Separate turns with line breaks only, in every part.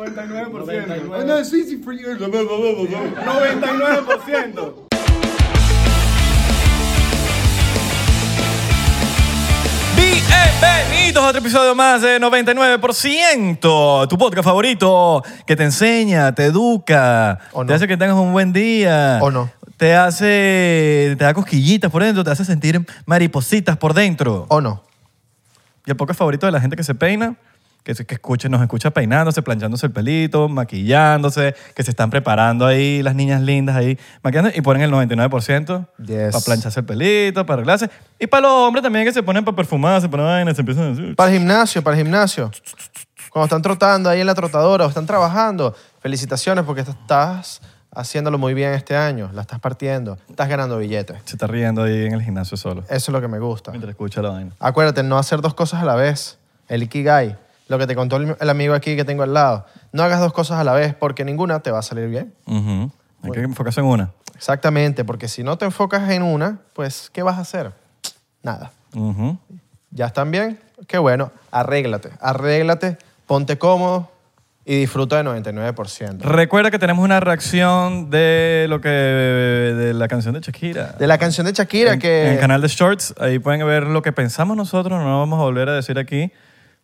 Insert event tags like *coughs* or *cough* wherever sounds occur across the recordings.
99%.
99. Oh, no, it's easy for you.
99%.
Bienvenidos a otro episodio más de 99%, tu podcast favorito que te enseña, te educa,
O no.
te hace que tengas un buen día.
O no.
Te hace, te da cosquillitas por dentro, te hace sentir maripositas por dentro.
¿O no?
Y el podcast favorito de la gente que se peina, que, se- que escuche, nos escucha peinándose, planchándose el pelito, maquillándose, que se están preparando ahí, las niñas lindas ahí, maquillando y ponen el 99%
Yes.
para plancharse el pelito, para arreglarse. Y para los hombres también que se ponen para perfumarse, se ponen vainas, se empiezan a decir...
Para el gimnasio, para el gimnasio. Cuando están trotando ahí en la trotadora o están trabajando, felicitaciones porque est- estás haciéndolo muy bien este año, la estás partiendo, estás ganando billetes.
Se está riendo ahí en el gimnasio solo,
Eso es lo que me gusta.
mientras escucha la vaina.
Acuérdate, no hacer dos cosas a la vez. El Ikigai, lo que te contó el el amigo aquí que tengo al lado. No hagas dos cosas a la vez porque ninguna te va a salir bien.
Ujú. Hay que enfocarse en una.
Exactamente, porque si no te enfocas en una, pues ¿qué vas a hacer? Nada.
Ujú.
¿Ya están bien? Qué bueno. Arréglate, arréglate, ponte cómodo y disfruta del 99%.
Recuerda que tenemos una reacción de lo que... de la canción de Shakira.
De la canción de Shakira
en,
que...
en el canal de Shorts, ahí pueden ver lo que pensamos nosotros, no lo vamos a volver a decir aquí.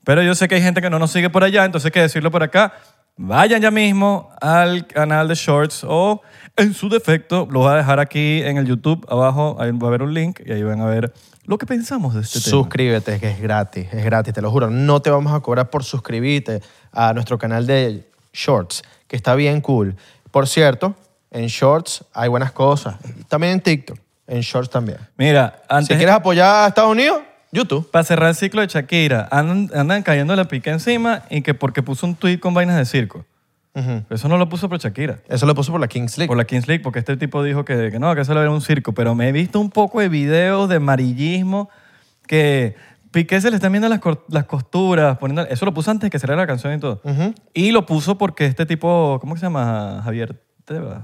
Pero yo sé que hay gente que no nos sigue por allá, entonces hay que decirlo por acá. Vayan ya mismo al canal de Shorts o, en su defecto, lo voy a dejar aquí en el YouTube abajo. Ahí va a haber un link y ahí van a ver lo que pensamos de este tema.
Suscríbete, que es gratis, es gratis, te lo juro. No te vamos a cobrar por suscribirte a nuestro canal de Shorts, que está bien cool. Por cierto, en Shorts hay buenas cosas. También en TikTok, en Shorts también.
Mira,
Si
antes,
quieres apoyar a Estados Unidos, YouTube.
para cerrar el ciclo de Shakira, andan, andan cayendo la pica encima y que porque puso un tweet con vainas de circo.
Ujú.
Eso no lo puso por Shakira.
Eso lo puso por la Kings League.
Por la Kings League, porque este tipo dijo que, que no, que eso lo era un circo. Pero me he visto un poco de videos de amarillismo que Piqué se le están viendo las, cor- las costuras. Poniendo, eso lo puso antes de que saliera la canción y todo. Y lo puso porque este tipo, ¿cómo que se llama? Javier Tebas.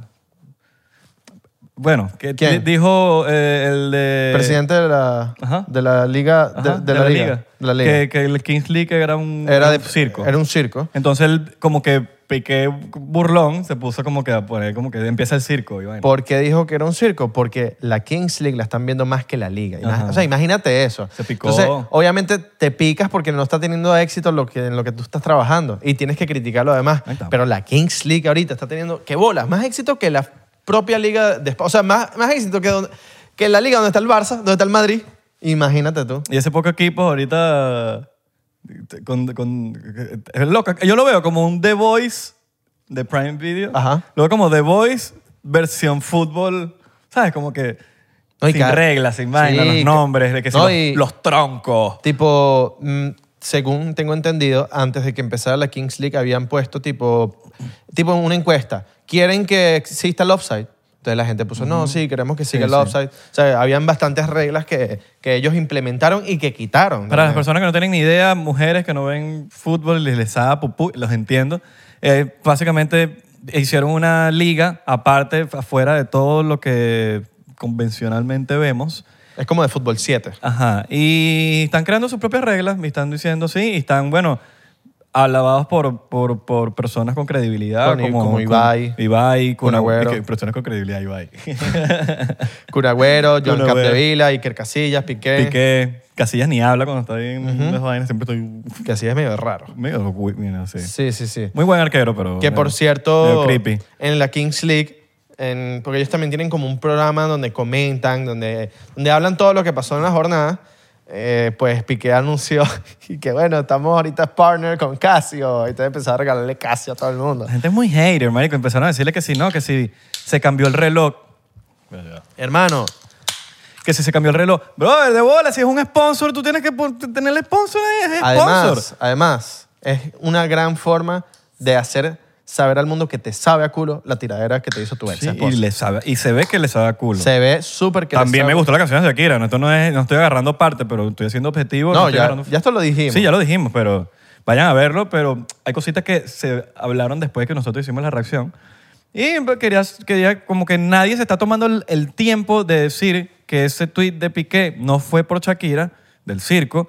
Bueno, que
¿Quién?
di- dijo eh, el de...
Presidente de la,
Ajá.
de la liga. De,
Ajá,
de la, liga. de la liga.
Que, que el Kings League era un,
Era
un
de-
circo.
Era un circo.
Entonces él como que Piqué burlón se puso como que a poner como que empieza el circo. Y vaina.
¿Por qué dijo que era un circo? Porque la Kings League la están viendo más que la liga. Ima-
Ajá.
O sea, imagínate eso.
Se picó.
Entonces, obviamente te picas porque no está teniendo éxito en lo que, en lo que tú estás trabajando y tienes que criticarlo además.
Ahí está.
Pero la Kings League ahorita está teniendo, qué bolas, más éxito que la propia liga de España. O sea, más, más éxito que, donde- que la liga donde está el Barça, donde está el Madrid. Imagínate tú.
Y ese poco equipo ahorita. te- Con, con- es loco. Yo lo veo como un The Voice de Prime Video.
Ajá.
Lo veo como The Voice versión fútbol. ¿Sabes? Como que.
No, y
sin
cada-
reglas, sin vainas,
Sí,
los
que-
nombres, de que si
No,
los,
y-
los troncos.
Tipo, mm, según tengo entendido, antes de que empezara la Kings League habían puesto tipo, tipo una encuesta. ¿Quieren que exista el offside? Entonces la gente puso, no, sí, queremos que siga el
sí.
offside. O sea, habían bastantes reglas que, que ellos implementaron y que quitaron.
Para las
también.
personas que no tienen ni idea, mujeres que no ven fútbol, les, les da pupú, los entiendo. Eh, básicamente hicieron una liga aparte, afuera de todo lo que convencionalmente vemos.
Es como de fútbol 7.
Ajá. Y están creando sus propias reglas, me están diciendo sí, y están, bueno, alabados por, por, por personas con credibilidad.
Con-
como,
como Ibai.
Con, Ibai, con
Kun Agüero.
personas con credibilidad, Ibai. *laughs*
Curagüero, John
Bueno, a ver.
Capdevila, Iker Casillas, Piqué.
Piqué, Casillas ni habla cuando está bien en las vainas, siempre estoy
Que así es medio raro.
medio güey, mira, sí.
Sí, sí, sí.
Muy buen arquero, pero...
Que por
medio-
cierto,
medio creepy.
en la Kings League, en- porque ellos también tienen como un programa donde comentan, donde, donde hablan todo lo que pasó en la jornada, eh, pues Piqué anunció *laughs* y que bueno, estamos ahorita partner con Casio. Y entonces empezó a regalarle Casio a todo el mundo.
La gente es muy hater, marico. Empezaron a decirle que si no, que si se cambió el reloj.
Hermano,
que si se cambió el reloj. Brother, de bola, si es un sponsor, tú tienes que pon- tener el sponsor, es sponsor.
además, además, es una gran forma de hacer saber al mundo que te sabe a culo la tiradera que te hizo tu ex
Sí, y,
esposa.
le sabe, y se ve que le sabe a culo.
Se ve súper que le
También me
sabe.
gustó la canción de Shakira. No, esto no, es, no estoy agarrando parte, pero estoy haciendo objetivo.
No,
estoy
ya,
agarrando-
ya esto lo dijimos.
Sí, ya lo dijimos, pero vayan a verlo. Pero hay cositas que se hablaron después que nosotros hicimos la reacción. Y pues, quería, quería como que nadie se está tomando el, el tiempo de decir que ese tweet de Piqué no fue por Shakira, del circo,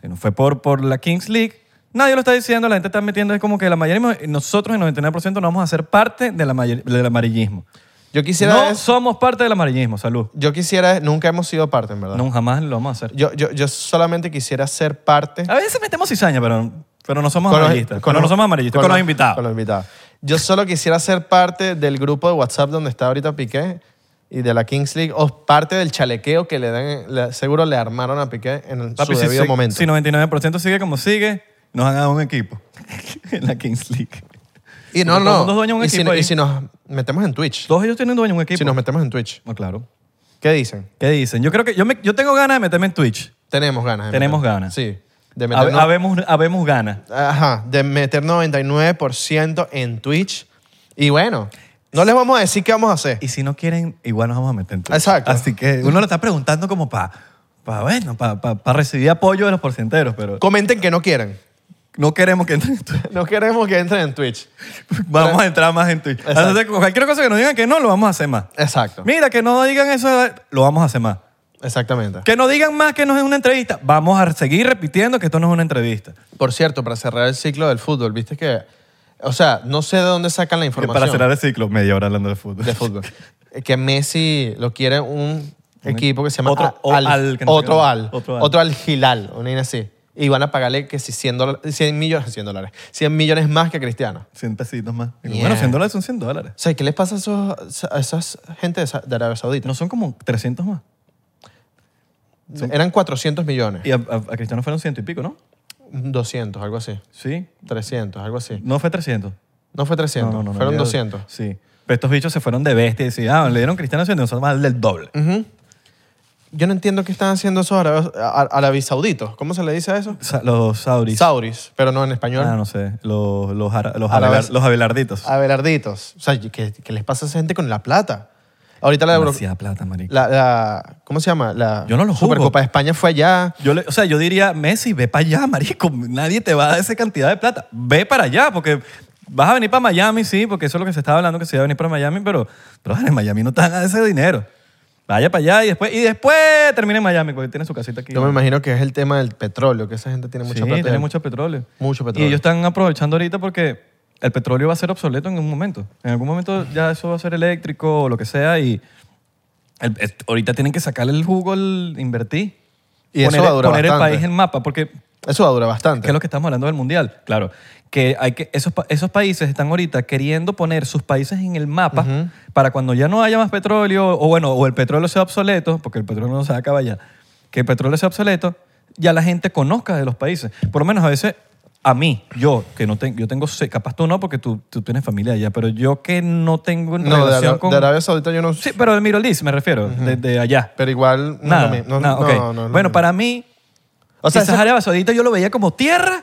sino fue por, por la Kings League Nadie lo está diciendo, la gente está metiendo, es como que la mayoría, nosotros el 99% no vamos a ser parte de la mayor- del amarillismo.
Yo quisiera,
No
es-
somos parte del amarillismo, salud.
yo quisiera, nunca hemos sido parte, en verdad.
No, jamás lo vamos a hacer.
Yo, yo, yo solamente quisiera ser parte.
A veces metemos cizaña, pero, pero no Ah, somos
con los-
amarillistas.
con
pero no
los-
somos amarillistas, con, los invitados.
Con los invitados. Yo solo quisiera ser parte del grupo de WhatsApp donde está ahorita Piqué y de la Kings League o parte del chalequeo que le dan, le- seguro le armaron a Piqué en el,
Papi,
su
si-
debido
si,
momento.
si 99% sigue como sigue, nos han dado un equipo *laughs* en la Kings League.
y
porque
no,
todo el
no.
mundo es dueño de un
y, si,
equipo
no- y
ahí.
si nos metemos en Twitch.
Todos ellos tienen dueño un equipo.
Si nos metemos en Twitch.
Ah, claro.
¿Qué dicen?
¿Qué dicen? Yo creo que yo, me- yo tengo ganas de meterme en Twitch.
Tenemos ganas. de
Tenemos
meter-
ganas.
Sí. De
Habe-
meternos,
Habemos, habemos ganas.
ajá, de meter 99% en Twitch. Y bueno, no les vamos a decir qué vamos a hacer.
Y si no quieren, igual nos vamos a meter en Twitch.
Exacto.
Así que uno lo está preguntando como para, pa, bueno, para recibir apoyo de los porcenteros, pero
Comenten que no quieren. *laughs*
no queremos que entren en Twitch.
No queremos que entren en Twitch.
*laughs* Vamos a entrar más en Twitch.
Exacto.
Entonces, cualquier cosa que nos digan que no, lo vamos a hacer más.
Exacto.
Mira, que no digan eso, lo vamos a hacer más.
Exactamente.
Que no digan más que no es una entrevista. Vamos a seguir repitiendo que esto no es una entrevista.
Por cierto, para cerrar el ciclo del fútbol, viste que. O sea, no sé de dónde sacan la información
Para cerrar el ciclo, media hora hablando de fútbol. *laughs*
de fútbol. Eh, que Messi lo quiere un equipo que se llama
Otro
A-
Al- Al- que no sé
otro,
qué.
al,
Otro
otro
Al.
Al. Hilal, una vaina así. Y van a pagarle que si 100, dola- 100 millones, 100 dólares, 100 millones más que Cristiano.
100 pesitos más.
Yeah.
Bueno, 100 dólares son 100 dólares.
O sea, ¿qué les pasa a, esos, a esas gente de Sa- de Arabia Saudita?
No son como 300 más.
Eran 400 millones,
Y a, a- a Cristiano fueron ciento y pico, ¿no?
200, algo así.
Sí.
300, algo así.
No fue 300.
No fue 300,
No, no, no,
fueron
había-
200.
Sí. Pero estos bichos se fueron de bestia y decían, ah, le dieron Cristiano 100, nosotros más del doble.
Ujú. Yo no entiendo qué están haciendo esos árabes- a- arabisauditos. ¿Cómo se le dice a eso?
Sa- los sauris.
Sauris, pero no en español.
Ah, no sé. Los, los, ara- los,
Árabes.
abelar- los abelarditos.
Abelarditos. O sea, ¿qué, qué les pasa a esa gente con la plata? Ahorita la, Euro-
Demasiada plata, marico.
la, la- ¿Cómo se llama? La
Yo no lo juzgo.
Supercopa de España fue allá.
Yo le- o sea, yo diría, Messi, ve para allá, *laughs* marico. Nadie te va a dar esa cantidad de plata. Ve para allá, porque vas a venir para Miami, sí, porque eso es lo que se estaba hablando, que se iba a venir para Miami, pero, pero en Miami no te dan ese dinero. Vaya para allá y después, y después termina en Miami, porque tiene su casita aquí.
Yo me imagino que es el tema del petróleo, que esa gente tiene mucha
sí,
plata.
tiene mucho petróleo.
Mucho petróleo.
Y ellos están aprovechando ahorita porque el petróleo va a ser obsoleto en un momento. En algún momento ya eso va a ser eléctrico o lo que sea y el- el- ahorita tienen que sacarle el jugo al invertir.
Y eso
poner,
va a durar
poner el
bastante.
país en mapa porque
Eso va a durar
que es
bastante.
lo que estamos hablando del mundial. Claro, que, hay que esos, pa- esos países están ahorita queriendo poner sus países en el mapa para cuando ya no haya más petróleo, o bueno, o el petróleo sea obsoleto, porque el petróleo no se acaba ya, que el petróleo sea obsoleto, ya la gente conozca de los países. Por lo menos a veces a mí, yo, que no tengo, yo tengo, se- capaz tú no, porque tú, tú tienes familia allá, pero yo que no tengo
No, de,
relación
Ara-
con...
de Arabia Saudita yo no
Sí, pero del Middle East me refiero, de, de allá.
Pero igual. no es lo
Nada,
mismo. No,
nada,
no,
ok.
no, no es lo
bueno,
mismo.
para mí,
O sea,
quizás
ese-
Arabia Saudita yo lo veía como tierra,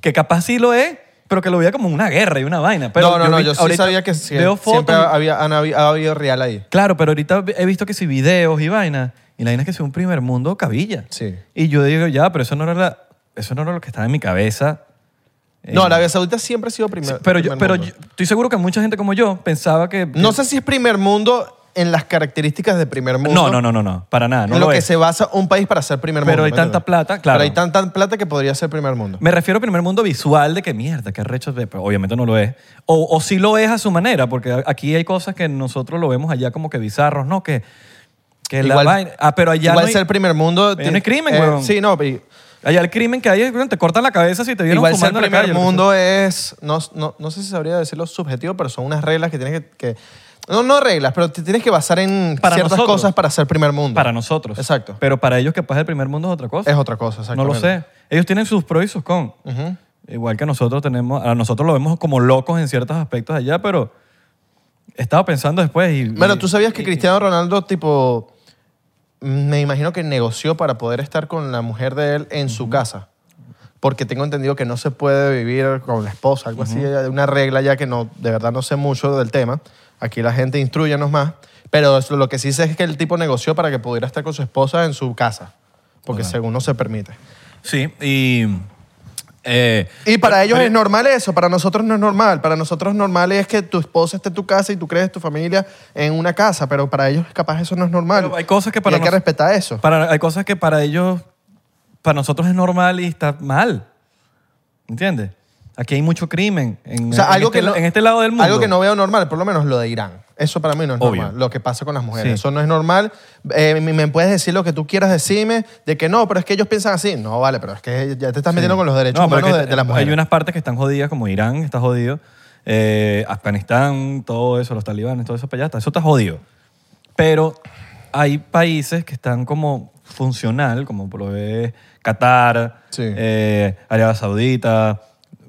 que capaz sí lo es, pero que lo veía como una guerra y una vaina. Pero
no, no, no,
vi-
yo sí
ahorita
sabía que sie-
veo
siempre
fotos.
había, han habi- ha habido real ahí.
Claro, pero ahorita he visto que si videos y vainas, y la vaina es que es un primer mundo cabilla.
Sí.
Y yo digo, ya, pero eso no era, la- eso no era lo que estaba en mi cabeza. Eh,
No, Arabia Saudita siempre ha sido primer.
sí, pero yo,
primer
pero
mundo.
yo- estoy seguro que mucha gente como yo pensaba que...
No sé si es primer mundo en las características de primer mundo.
no, no, no, no, no, para nada. No
en
lo,
lo que
es.
se basa un país para ser primer
Pero
mundo.
hay
¿me
tanta
entiendes?
plata, claro.
Pero hay tanta plata que podría ser primer mundo.
Me refiero al primer mundo visual de que mierda, qué arrecho, de- pero obviamente no lo es. O, o sí lo es a su manera, porque a- aquí hay cosas que nosotros lo vemos allá como que bizarros, ¿no? Que, que la vaina- Ah, pero allá
igual
no hay-
ser primer mundo.
no
tiene-
hay crimen,
eh,
weón.
Sí, no. y-
allá el crimen que hay es, bueno, te cortan la cabeza si te vieron
Igual ser
fumando en
primer
la calle.
mundo es. No, no, no sé si sabría decirlo subjetivo, pero son unas reglas que tienes que. que- no, no reglas, pero te tienes que basar en
Para
ciertas
nosotros.
cosas para ser primer mundo.
Para nosotros.
Exacto.
Pero para ellos capaz el primer mundo es otra cosa.
Es otra cosa,
no lo
exactamente.
sé. Ellos tienen sus pros y sus cons.
Ujú.
Igual que nosotros tenemos, a nosotros lo vemos como locos en ciertos aspectos allá, pero he estado pensando después y...
Bueno,
y-
tú sabías que Cristiano Ronaldo, tipo, me imagino que negoció para poder estar con la mujer de él en su casa. Porque tengo entendido que no se puede vivir con la esposa, algo así. Hay una regla ya que no, de verdad no sé mucho del tema. Aquí la gente instruyanos más. Pero eso- lo que sí sé es que el tipo negoció para que pudiera estar con su esposa en su casa. Porque según no se permite.
Sí, y... eh,
Y para ellos es normal eso, para nosotros no es normal. Para nosotros normal es que tu esposa esté en tu casa y tú crees tu familia en una casa, pero para ellos capaz eso no es normal.
Pero hay cosas que
Y
para
hay que
nos-
respetar eso.
Para, hay cosas que para ellos, para nosotros es normal y está mal. ¿Entiendes? Aquí hay mucho crimen en,
O sea,
en
algo
este,
que no-
en este lado del mundo.
Algo que no veo normal, por lo menos lo de Irán. Eso para mí no es
Obvio.
normal, lo que pasa con las mujeres.
Sí.
Eso no es normal. Eh, me- me puedes decir lo que tú quieras decirme, de que no, pero es que ellos piensan así. No, vale, pero es que ya te estás metiendo con los derechos
No, pero
humanos
que
de, de las mujeres.
Hay unas partes que están jodidas, como Irán está jodido, eh, Afganistán, todo eso, los talibanes, todo eso para allá, está- eso está jodido. Pero hay países que están como funcional, como por lo es Qatar,
Sí.
eh, Arabia Saudita,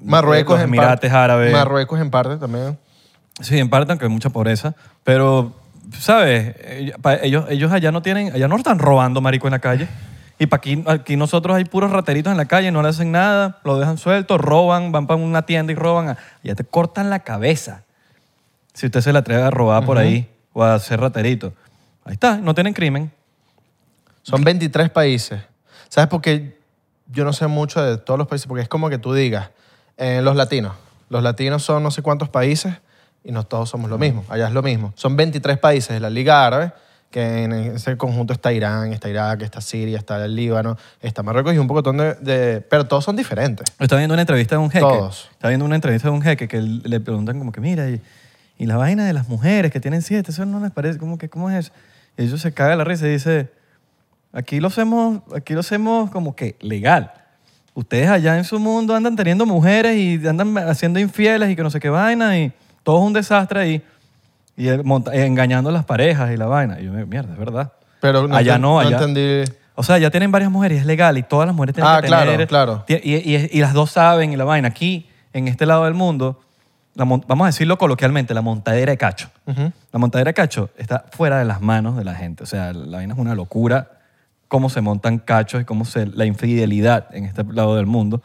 Marruecos
los
en
Emirates
parte.
Árabes.
Marruecos en parte también.
Sí, en parte, aunque hay mucha pobreza. Pero, ¿sabes? Eh, pa- Ellos, ellos allá no tienen, allá no están robando marico en la calle. Y para aquí, aquí nosotros hay puros rateritos en la calle, no le hacen nada, lo dejan suelto, roban, van para una tienda y roban. Ya te cortan la cabeza. Si usted se la atreve a robar por ahí o a ser raterito. Ahí está, no tienen crimen.
Son 23 países. ¿Sabes por qué yo no sé mucho de todos los países? Porque es como que tú digas, eh, los latinos. Los latinos son no sé cuántos países y no todos somos lo mismo. Allá es lo mismo. Son 23 países de la Liga Árabe, que en ese conjunto está Irán, está Irak, está Siria, está el Líbano, está Marruecos y un poco de, de... Pero todos son diferentes.
Estaba viendo una entrevista de un jeque.
Todos.
Estaba viendo una entrevista de un jeque que l- le preguntan como que, mira, y, y la vaina de las mujeres que tienen siete, eso no les parece, como que, ¿cómo es eso? Y ellos se cagan la risa y dice, aquí lo hacemos, aquí lo hacemos como que legal. Ustedes allá en su mundo andan teniendo mujeres y andan haciendo infieles y que no sé qué vaina y todo es un desastre ahí. Y él monta- engañando a las parejas y la vaina. Y yo, mierda, es verdad.
Pero no
allá
enten-
no, allá.
entendí.
O sea, ya tienen varias mujeres, es legal, y todas las mujeres tienen
Ah,
que
claro,
tener-
claro.
ti- Y, y- y las dos saben, y la vaina. Aquí, en este lado del mundo, la mon- vamos a decirlo coloquialmente, la montadera de cacho. La montadera de cacho está fuera de las manos de la gente. O sea, la vaina es una locura cómo se montan cachos y cómo se, la infidelidad en este lado del mundo.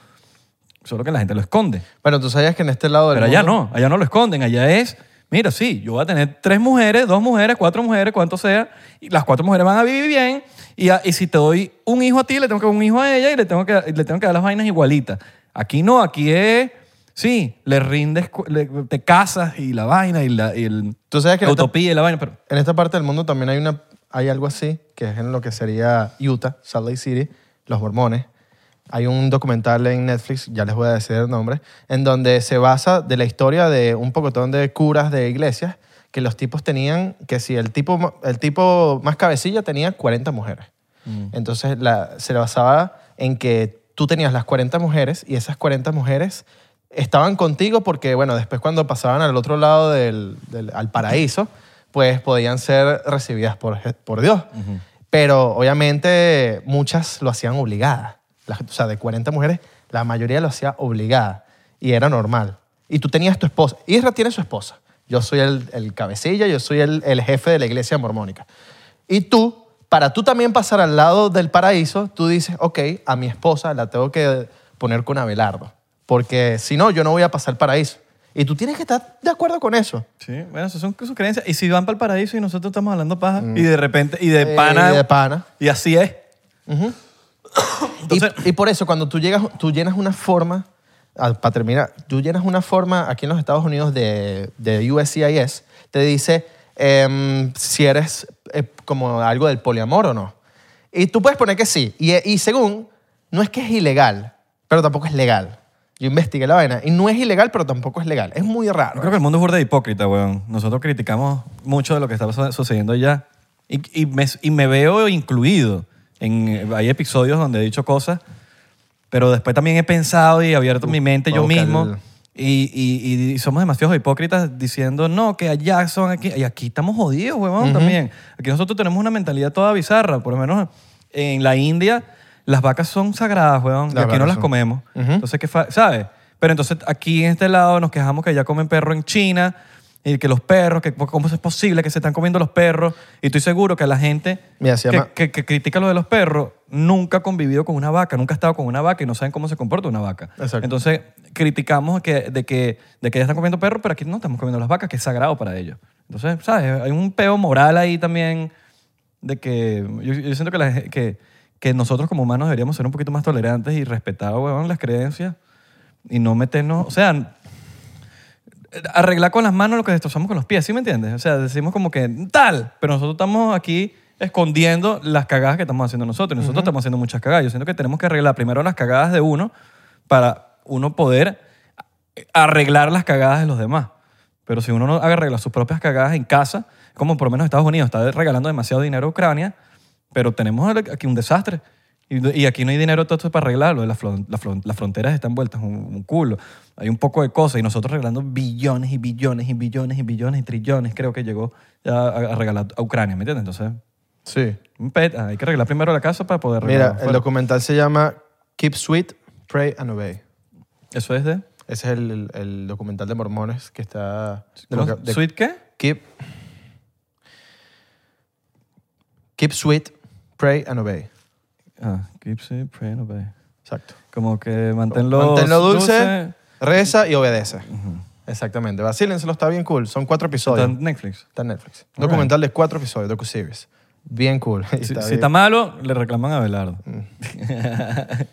Solo que la gente lo esconde.
Bueno, tú sabías que en este lado del
Pero allá
mundo-
no, allá no lo esconden, allá es, mira, sí, yo voy a tener tres mujeres, dos mujeres, cuatro mujeres, cuanto sea, y las cuatro mujeres van a vivir bien, y, a- y si te doy un hijo a ti, le tengo que dar un hijo a ella y le tengo que, y le tengo que dar las vainas igualitas. Aquí no, aquí es, sí, le rindes, cu- le- te casas y la vaina y la, y el-
Tú sabes que
la
en este esta-
utopía y la vaina, pero
En esta parte del mundo también hay, una, hay algo así, que es en lo que sería Utah, Salt Lake City, los mormones. Hay un documental en Netflix, ya les voy a decir el nombre, en donde se basa de la historia de un pocotón de curas de iglesias que los tipos tenían, que si el tipo, ma- el tipo más cabecilla tenía 40 mujeres. Entonces la, se basaba en que tú tenías las 40 mujeres y esas 40 mujeres estaban contigo porque, bueno, después cuando pasaban al otro lado del, del- al paraíso, pues podían ser recibidas por, Je- por Dios. Pero obviamente muchas lo hacían obligada. Las- o sea, de 40 mujeres, la mayoría lo hacía obligada y era normal. Y tú tenías tu esposa. Isra tiene su esposa. Yo soy el, el cabecilla, yo soy el, el jefe de la iglesia mormónica. Y tú, para tú también pasar al lado del paraíso, tú dices, ok, a mi esposa la tengo que poner con Abelardo, porque si no, yo no voy a pasar al paraíso. Y tú tienes que estar de acuerdo con eso.
sí, bueno, eso son sus creencias. Y si van para el paraíso y nosotros estamos hablando paja, y de repente, y de
Mm. Eh,
pana,
de pana.
y así es.
Y-
Entonces-
y, por eso, cuando tú, llegas, tú llenas una forma, para terminar, tú llenas una forma aquí en los Estados Unidos de, de USCIS, te dice em, si eres eh, como algo del poliamor o no. Y tú puedes poner que sí. Y, y según, no es que es ilegal, pero tampoco es legal. Yo investigué la vaina. Y no es ilegal, pero tampoco es legal. Es muy
Yo
raro.
creo que el mundo es burda de hipócrita, weón. Nosotros criticamos mucho de lo que está su- sucediendo allá. Y, y me, y me veo incluido. En, hay episodios donde he dicho cosas, pero después también he pensado y abierto mi mente yo
voy a buscar
mismo. Y, y- y somos demasiados hipócritas diciendo, no, que allá son aquí. Y aquí estamos jodidos, weón, también. Aquí nosotros tenemos una mentalidad toda bizarra. Por lo menos en la India, las vacas son sagradas, weón. y
Las
aquí no
vacas
las
son.
comemos. Entonces, ¿qué fa- ¿sabes? Pero entonces aquí en este lado nos quejamos que ya comen perro en China y que los perros, que cómo es posible que se están comiendo los perros. Y estoy seguro que la gente
Mira, se
que-
llama-
que, que critica lo de los perros nunca ha convivido con una vaca, nunca ha estado con una vaca y no saben cómo se comporta una vaca.
Exacto.
Entonces criticamos que, de, que, de que ya están comiendo perros, pero aquí no estamos comiendo las vacas, que es sagrado para ellos. Entonces, ¿sabes? Hay un peo moral ahí también de que yo, yo siento que, la ge- que, que nosotros como humanos deberíamos ser un poquito más tolerantes y respetar, weón, las creencias y no meternos, o sea, arreglar con las manos lo que destrozamos con los pies, ¿sí me entiendes? O sea, decimos como que tal, pero nosotros estamos aquí escondiendo las cagadas que estamos haciendo nosotros. Y Nosotros estamos haciendo muchas cagadas. Yo siento que tenemos que arreglar primero las cagadas de uno para uno poder arreglar las cagadas de los demás. Pero si uno no arregla sus propias cagadas en casa, como por lo menos Estados Unidos está regalando demasiado dinero a Ucrania, pero tenemos aquí un desastre. Y, y aquí no hay dinero todo esto para arreglarlo. Las, flon- las flon- las fronteras están vueltas un, un culo. Hay un poco de cosas y nosotros regalando billones y billones y billones y billones y trillones, creo que llegó ya a, a regalar a Ucrania, ¿me entiendes? Entonces,
Sí.
un pet, ah, hay que arreglar primero la casa para poder arreglar
Mira, eh, el
afuera.
documental se llama Keep Sweet, Pray and Obey.
Eso es de...
Ese es el, el- el documental de mormones que está... de lo
¿cómo?
que- de-
¿Sweet qué?
Keep, keep Sweet, Pray and Obey.
Ah, keep sweet, pray and obey.
Exacto.
Como que manténlo,
Manténlo dulce, reza y obedece. Exactamente. Vacílenselo, está bien cool. Son cuatro
Está
episodios.
en Netflix.
Está en Netflix. Documental de cuatro episodios, docu-series. Bien cool. *laughs* Y
Si,
está
si
bien. Mm.
está malo, le reclaman a Belardo. *laughs*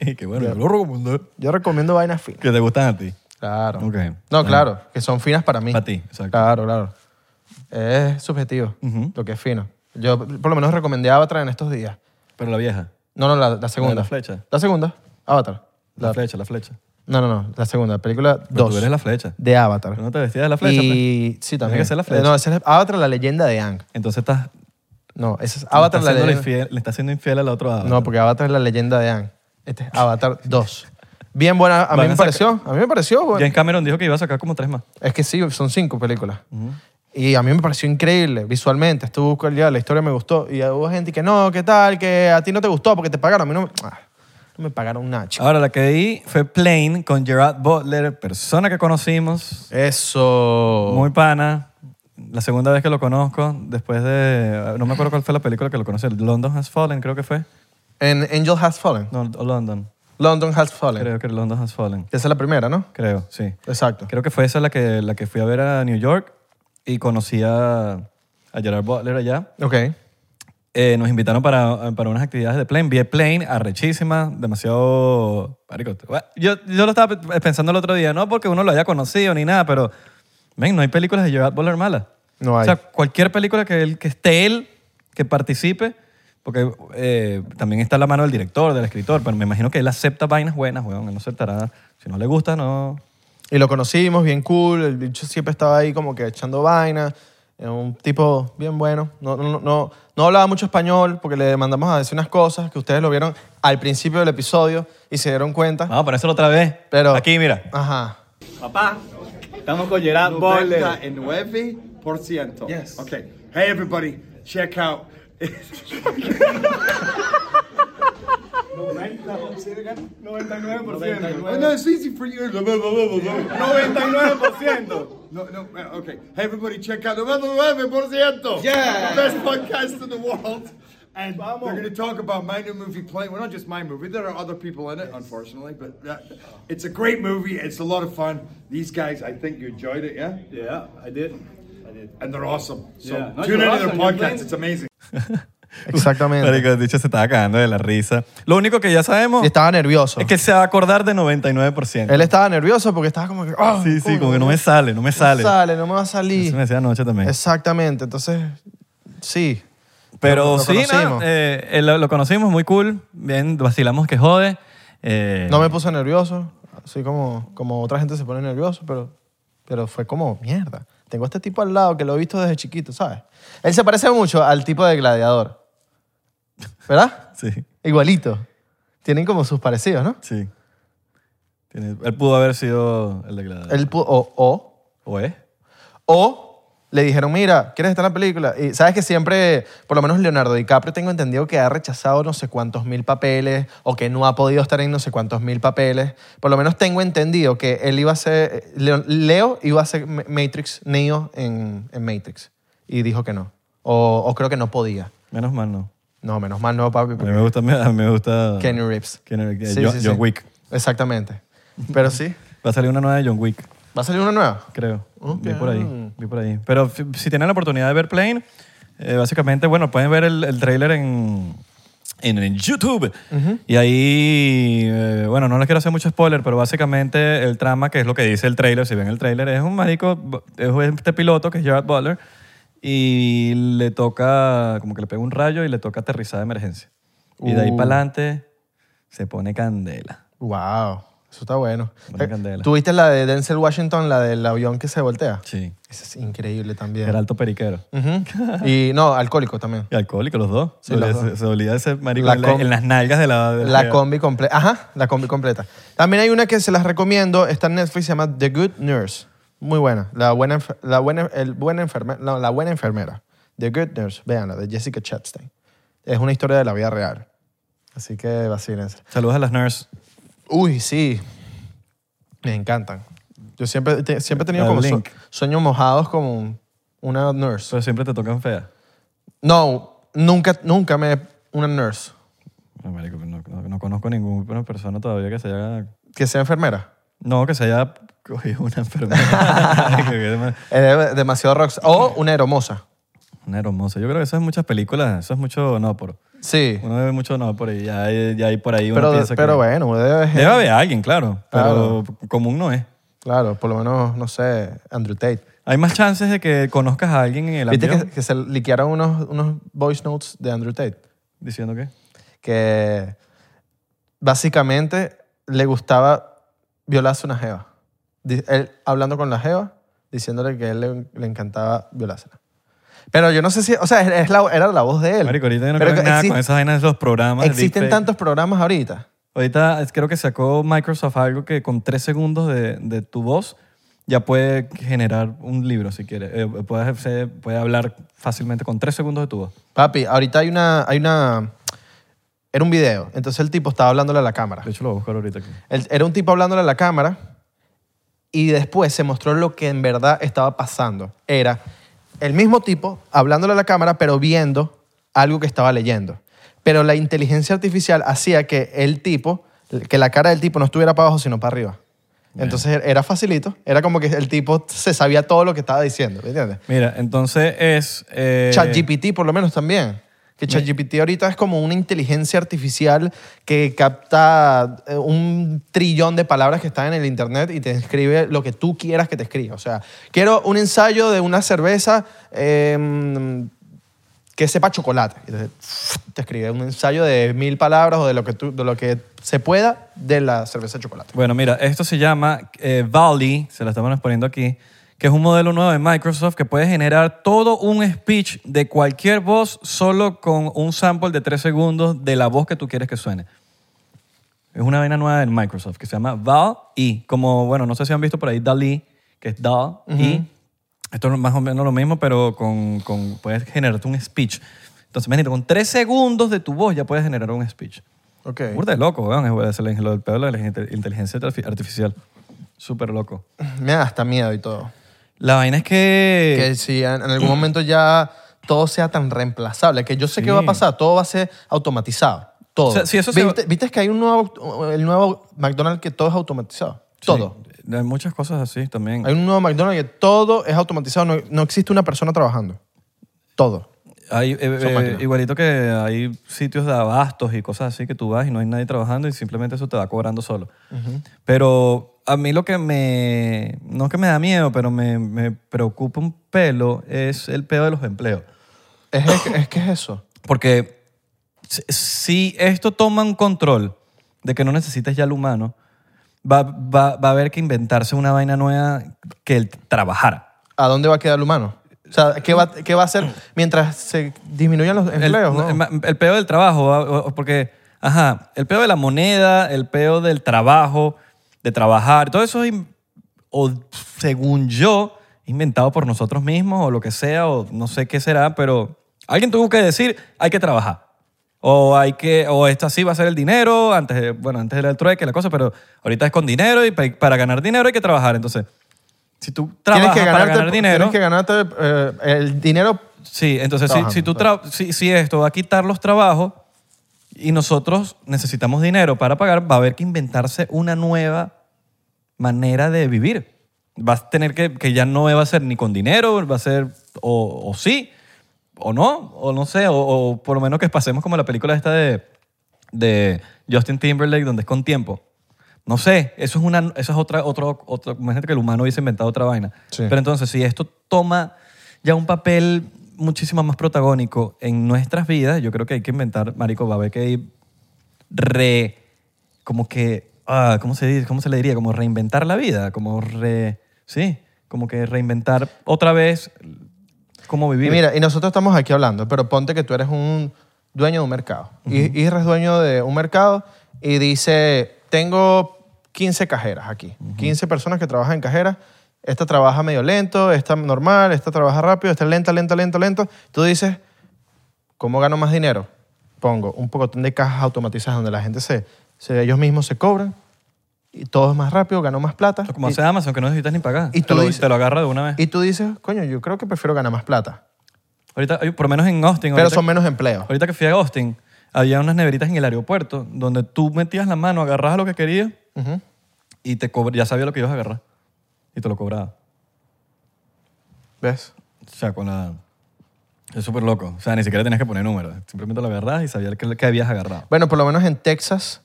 y que bueno, yo lo recomendé.
Yo recomiendo vainas finas.
Que te gustan a ti.
Claro.
Ok.
No, claro, que son finas para mí.
Para ti, exacto.
Claro, claro. Es subjetivo lo que es fino. Yo por lo menos recomendé Avatar en estos días.
Pero la vieja.
No, no, la, la segunda.
la flecha?
La segunda, Avatar.
La,
La-
flecha, la flecha.
no, no, no, la segunda, película
Pero
2
Tú eres la flecha.
de Avatar.
Tú no te vestías de la flecha. pues.
y
Tiene
sí, también. Eh,
que ser la flecha.
No, esa es Avatar, la leyenda de Aang.
Entonces estás.
No, esa es Avatar,
le, estás
la
haciéndole
leyenda.
infiel- le estás siendo infiel a la otra.
No, porque Avatar es la leyenda de Aang. Este es Avatar 2. Bien buena, a
Van
mí
a
me
sacar-
pareció, a mí me pareció. bueno.
James Cameron dijo que iba a sacar como tres más.
Es que sí, son cinco películas. Y a mí me pareció increíble visualmente. Estuvo calidad, la historia me gustó. Y hubo gente que no, ¿qué tal? Que a ti no te gustó porque te pagaron. A mí no me, ah, no me pagaron nada, chico.
Ahora, la que di fue Plane con Gerard Butler, persona que conocimos.
Eso.
Muy pana. La segunda vez que lo conozco, después de. No me acuerdo cuál fue la película que lo conocí. London Has Fallen, creo que fue.
En Angel Has Fallen.
No, o London.
London Has Fallen.
Creo que London Has Fallen.
Esa es la primera, ¿no?
Creo, sí.
Exacto.
Creo que fue esa la que, la que fui a ver a New York y conocí a, a Gerard Butler allá.
Ok.
Eh, nos invitaron para, para unas actividades de plane. Vi el plane, arrechísima, demasiado... marico, bueno, Yo, yo lo estaba pe- pensando el otro día, no porque uno lo haya conocido ni nada, pero... Ven, no hay películas de Gerard Butler malas.
No hay.
O sea, cualquier película que, él, que esté él, que participe, porque eh, también está la mano del director, del escritor, pero me imagino que él acepta vainas buenas, weón. Él no aceptará... Si no le gusta, no...
Y lo conocimos, bien cool. El bicho siempre estaba ahí como que echando vaina. Era un tipo bien bueno. No, no, no, no hablaba mucho español porque le mandamos a decir unas cosas que ustedes lo vieron al principio del episodio y se dieron cuenta.
Vamos a ponérselo otra vez.
Ah. Pero-
Aquí, mira.
Ajá.
Papá, estamos con Gerard Butler.
99%.
Yes.
Okay. Hey, everybody, check out. Oh, no, it's easy for you.
99%.
No, no, uh, okay. Hey, everybody, check out 99%.
Yeah.
The best podcast in the world. And
Vamos.
we're going to talk about my new movie, Plane. Well, not just my movie. There are other people in it, unfortunately. But uh, it's a great movie. It's a lot of fun. These guys, I think you enjoyed it, yeah?
Yeah, I did. I did.
And they're awesome. So
Yeah. No,
tune into
you're awesome.
their
You're
podcast.
playing-
It's amazing.
Exactamente.
Marico, dicho, se estaba cagando de la risa. Lo único que ya sabemos
Y estaba nervioso.
es que se va a acordar de 99%.
Él estaba nervioso porque estaba como que. ah,
sí, sí,
coño,
como que no me sale, no me sale.
No sale, no me va a
Eso me
salir.
decía anoche también.
Exactamente. Entonces, sí.
Pero
lo- lo
sí, nada,
conocimos.
eh, eh, lo, lo conocimos, muy cool. Bien, vacilamos que jode. Eh,
No me puso nervioso. Así como, como otra gente se pone nervioso, pero, pero fue como, mierda. Tengo a este tipo al lado que lo he visto desde chiquito, ¿sabes? Él se parece mucho al tipo de gladiador. ¿Verdad? *laughs*
Sí,
Igualito. Tienen como sus parecidos, ¿no?
sí. Tiene- él pudo haber sido el de Gladiador.
Él pu- o, o
¿O es?
O le dijeron, mira, ¿quieres estar en la película? Y sabes que siempre, por lo menos Leonardo DiCaprio, tengo entendido que ha rechazado no sé cuántos mil papeles o que no ha podido estar en no sé cuántos mil papeles. Por lo menos tengo entendido que él iba a ser, Leo, Leo iba a ser Ma- Matrix, Neo en, en Matrix. Y dijo que no. O, o creo que no podía.
Menos mal, no.
No, menos mal no, papi.
A mí me gusta... A mí me gusta
Kenny Reeves.
Keanu Reeves,
Sí,
John,
sí, sí.
John Wick.
Exactamente. Pero sí,
Va a salir una nueva de John Wick.
va a salir una nueva.
creo.
Ok.
Vi por ahí, vi por ahí. Pero si, si tienen la oportunidad de ver Plane, eh, básicamente, bueno, pueden ver el, el trailer en, en, en YouTube. Y ahí, eh, bueno, no les quiero hacer mucho spoiler, pero básicamente el trama, que es lo que dice el trailer, si ven el trailer, es un marico, es este piloto que es Gerard Butler, y le toca, como que le pega un rayo y le toca aterrizar de emergencia. Y de ahí
Uh.
para adelante se pone candela.
Wow. Eso está bueno. Eh,
Buena candela.
¿Tuviste la de Denzel Washington, la del avión que se voltea?
Sí.
Esa es increíble también.
Era alto periquero.
Ujú. Y no, alcohólico también.
Y alcohólico, los dos.
Sí,
se, olía,
los dos.
se- se olía ese marico
La
en, la-
com-
en las nalgas de la. de
La combi completa. Ajá, la combi completa. También hay una que se las recomiendo, está en Netflix, se llama The Good Nurse. Muy buena. La buena, enfer- la buena, el buena enfermera. No, la buena enfermera. The Good Nurse, véanla, de Jessica Chastain. Es una historia de la vida real. Así que vacílense.
Saludos a las nurses.
Uy, sí. Me encantan. Yo siempre, te- siempre he tenido
El
como sue-
link.
sueños mojados como una nurse.
Pero siempre te tocan feas.
No, nunca, nunca me... Una nurse.
No, marico, no, no- no conozco ninguna persona todavía que se haya.
Que sea enfermera.
No, que se haya cogido una
*laughs*
enfermedad.
Eh, demasiado rocks. O una hermosa.
una hermosa. Yo creo que eso es muchas películas. Eso es mucho no por.
Sí.
Uno ve mucho no por y ya, hay- ya hay por ahí uno
Pero,
piensa
pero
que.
bueno, uno debe...
Debe haber alguien, claro. Pero común no es.
Claro, por lo menos, no sé, Andrew Tate.
Hay más chances de que conozcas a alguien en el
¿Viste
avión
que, que se liquearon unos, unos voice notes de Andrew Tate?
diciendo que.
que básicamente le gustaba violarse una jeva. Di- Él hablando con la jeva, diciéndole que a él le, le encantaba violársela. Pero yo no sé si, o sea, es- es la- era la voz de él.
Marico, ahorita yo no
Pero
creo en nada
exi-
con esas vainas de los programas. de
Existen
deepfake.
tantos programas ahorita.
Ahorita es- creo que sacó Microsoft algo que con tres segundos de, de tu voz ya puede generar un libro si quieres. Eh, puedes hacer- puede hablar fácilmente con tres segundos de tu voz.
Papi, ahorita hay una, hay una, era un video, entonces el tipo estaba hablándole a la cámara.
De hecho, lo voy a buscar ahorita aquí.
El- era un tipo hablándole a la cámara y después se mostró lo que en verdad estaba pasando. Era el mismo tipo hablándole a la cámara, pero viendo algo que estaba leyendo. Pero la inteligencia artificial hacía que el tipo, que la cara del tipo no estuviera para abajo, sino para arriba. Entonces era facilito, era como que el tipo se sabía todo lo que estaba diciendo, ¿me entiendes?
Mira, entonces es. eh,
ChatGPT por lo menos también. Que ChatGPT ahorita es como una inteligencia artificial que capta eh, un trillón de palabras que están en el internet y te escribe lo que tú quieras que te escriba. O sea, quiero un ensayo de una cerveza eh, que sepa a chocolate. Y te, te escribe un ensayo de mil palabras o de lo que, tú- de lo que se pueda de la cerveza de chocolate.
Bueno, mira, esto se llama eh, Valley, se la estamos poniendo aquí, que es un modelo nuevo de Microsoft que puede generar todo un speech de cualquier voz solo con un sample de tres segundos de la voz que tú quieres que suene. Es una vaina nueva de Microsoft que se llama Valley. Como, bueno, no sé si han visto por ahí Dalí, que es Dal y Esto es más o menos lo mismo, pero con, con- puedes generarte un speech. Entonces, imagínate, con tres segundos de tu voz ya puedes generar un speech.
Ok.
Burda de loco, weón. Es burda, se le- lo del pedo de la inte- inteligencia artifi- artificial. Súper loco.
Me da hasta miedo y todo.
La vaina es
que
que...
si en, en algún momento ya todo sea tan reemplazable, que yo sé que va a
Sí.
pasar, todo va a ser automatizado. Todo.
O sea, si eso se
¿Viste, viste que hay un nuevo, aut- el nuevo McDonald's que todo es automatizado? Todo.
Sí, hay muchas cosas así también.
Hay un nuevo McDonald's que todo es automatizado, no, no existe una persona trabajando. Todo.
Hay, eh, eh,
máquinas.
igualito que hay sitios de abastos y cosas así que tú vas y no hay nadie trabajando y simplemente eso te va cobrando solo. Pero a mí lo que me... No es que me da miedo, pero me, me preocupa un pelo es el pedo de los empleos.
Es, es, es que es eso.
Porque si- si esto toma un control de que no necesitas ya al humano, va, va- va a haber que inventarse una vaina nueva que el trabajara.
¿A dónde va a quedar el humano? O sea, ¿qué va, qué va a hacer mientras se disminuyan los
El,
empleos? no?
el ma- el peor del trabajo, va- o- o- porque, ajá, el peor de la moneda, el peor del trabajo, de trabajar, todo eso, es in- o según yo, inventado por nosotros mismos o lo que sea, o no sé qué será, pero alguien tuvo que decir, hay que trabajar. O hay que, o esto así va a ser el dinero, antes, de- bueno, antes era el trueque, la cosa, pero ahorita es con dinero y pa- para ganar dinero hay que trabajar. Entonces, si tú trabajas para ganar dinero...
Tienes que ganarte eh, el dinero.
Sí, entonces si,
Trabajando,
si, tú tra- si, si esto va a quitar los trabajos y nosotros necesitamos dinero para pagar, va a haber que inventarse una nueva manera de vivir. Vas a tener que, que ya no va a ser ni con dinero, va a ser o, o sí, o no, o no sé, o, o por lo menos que pasemos como la película esta de, de Justin Timberlake, donde es con tiempo. No sé, eso es, una, eso es otra, otro, otro, imagínate que el humano hubiese inventado otra vaina.
Sí.
Pero entonces, si esto toma ya un papel muchísimo más protagónico en nuestras vidas, yo creo que hay que inventar, marico, va a haber que ir re, como que ah, ¿cómo, se, dice? ¿cómo se le diría? Como reinventar la vida, como re, sí, como que reinventar otra vez cómo vivir.
Y mira, y nosotros estamos aquí hablando, pero ponte que tú eres un dueño de un mercado. Y Isra es dueño de un mercado y dice, tengo 15 cajeras aquí, 15 personas que trabajan en cajeras. Esta trabaja medio lento, esta normal, esta trabaja rápido, esta lenta, lenta, lenta, lenta. Tú dices, ¿Cómo gano más dinero? Pongo un pocotón de cajas automatizadas donde la gente se, se- ellos mismos se cobran y todo es más rápido, gano más plata.
Esto como
y,
hace Amazon, que no necesitas ni pagar.
y
te,
tú
lo,
dices-
te lo agarra de una vez.
y tú dices, coño, yo creo que prefiero ganar más plata,
ahorita, hay- por lo menos en Austin.
pero
ahorita-
son menos empleos.
Ahorita que fui a Austin, había unas neveritas en el aeropuerto donde tú metías la mano, agarrabas lo que querías
Ujú.
y te cobr- ya sabía lo que ibas a agarrar. Y te lo cobraba.
¿Ves?
O sea, con la... Es súper loco. O sea, ni siquiera tenías que poner números. Simplemente lo agarrabas y sabías que, que habías agarrado.
Bueno, por lo menos en Texas,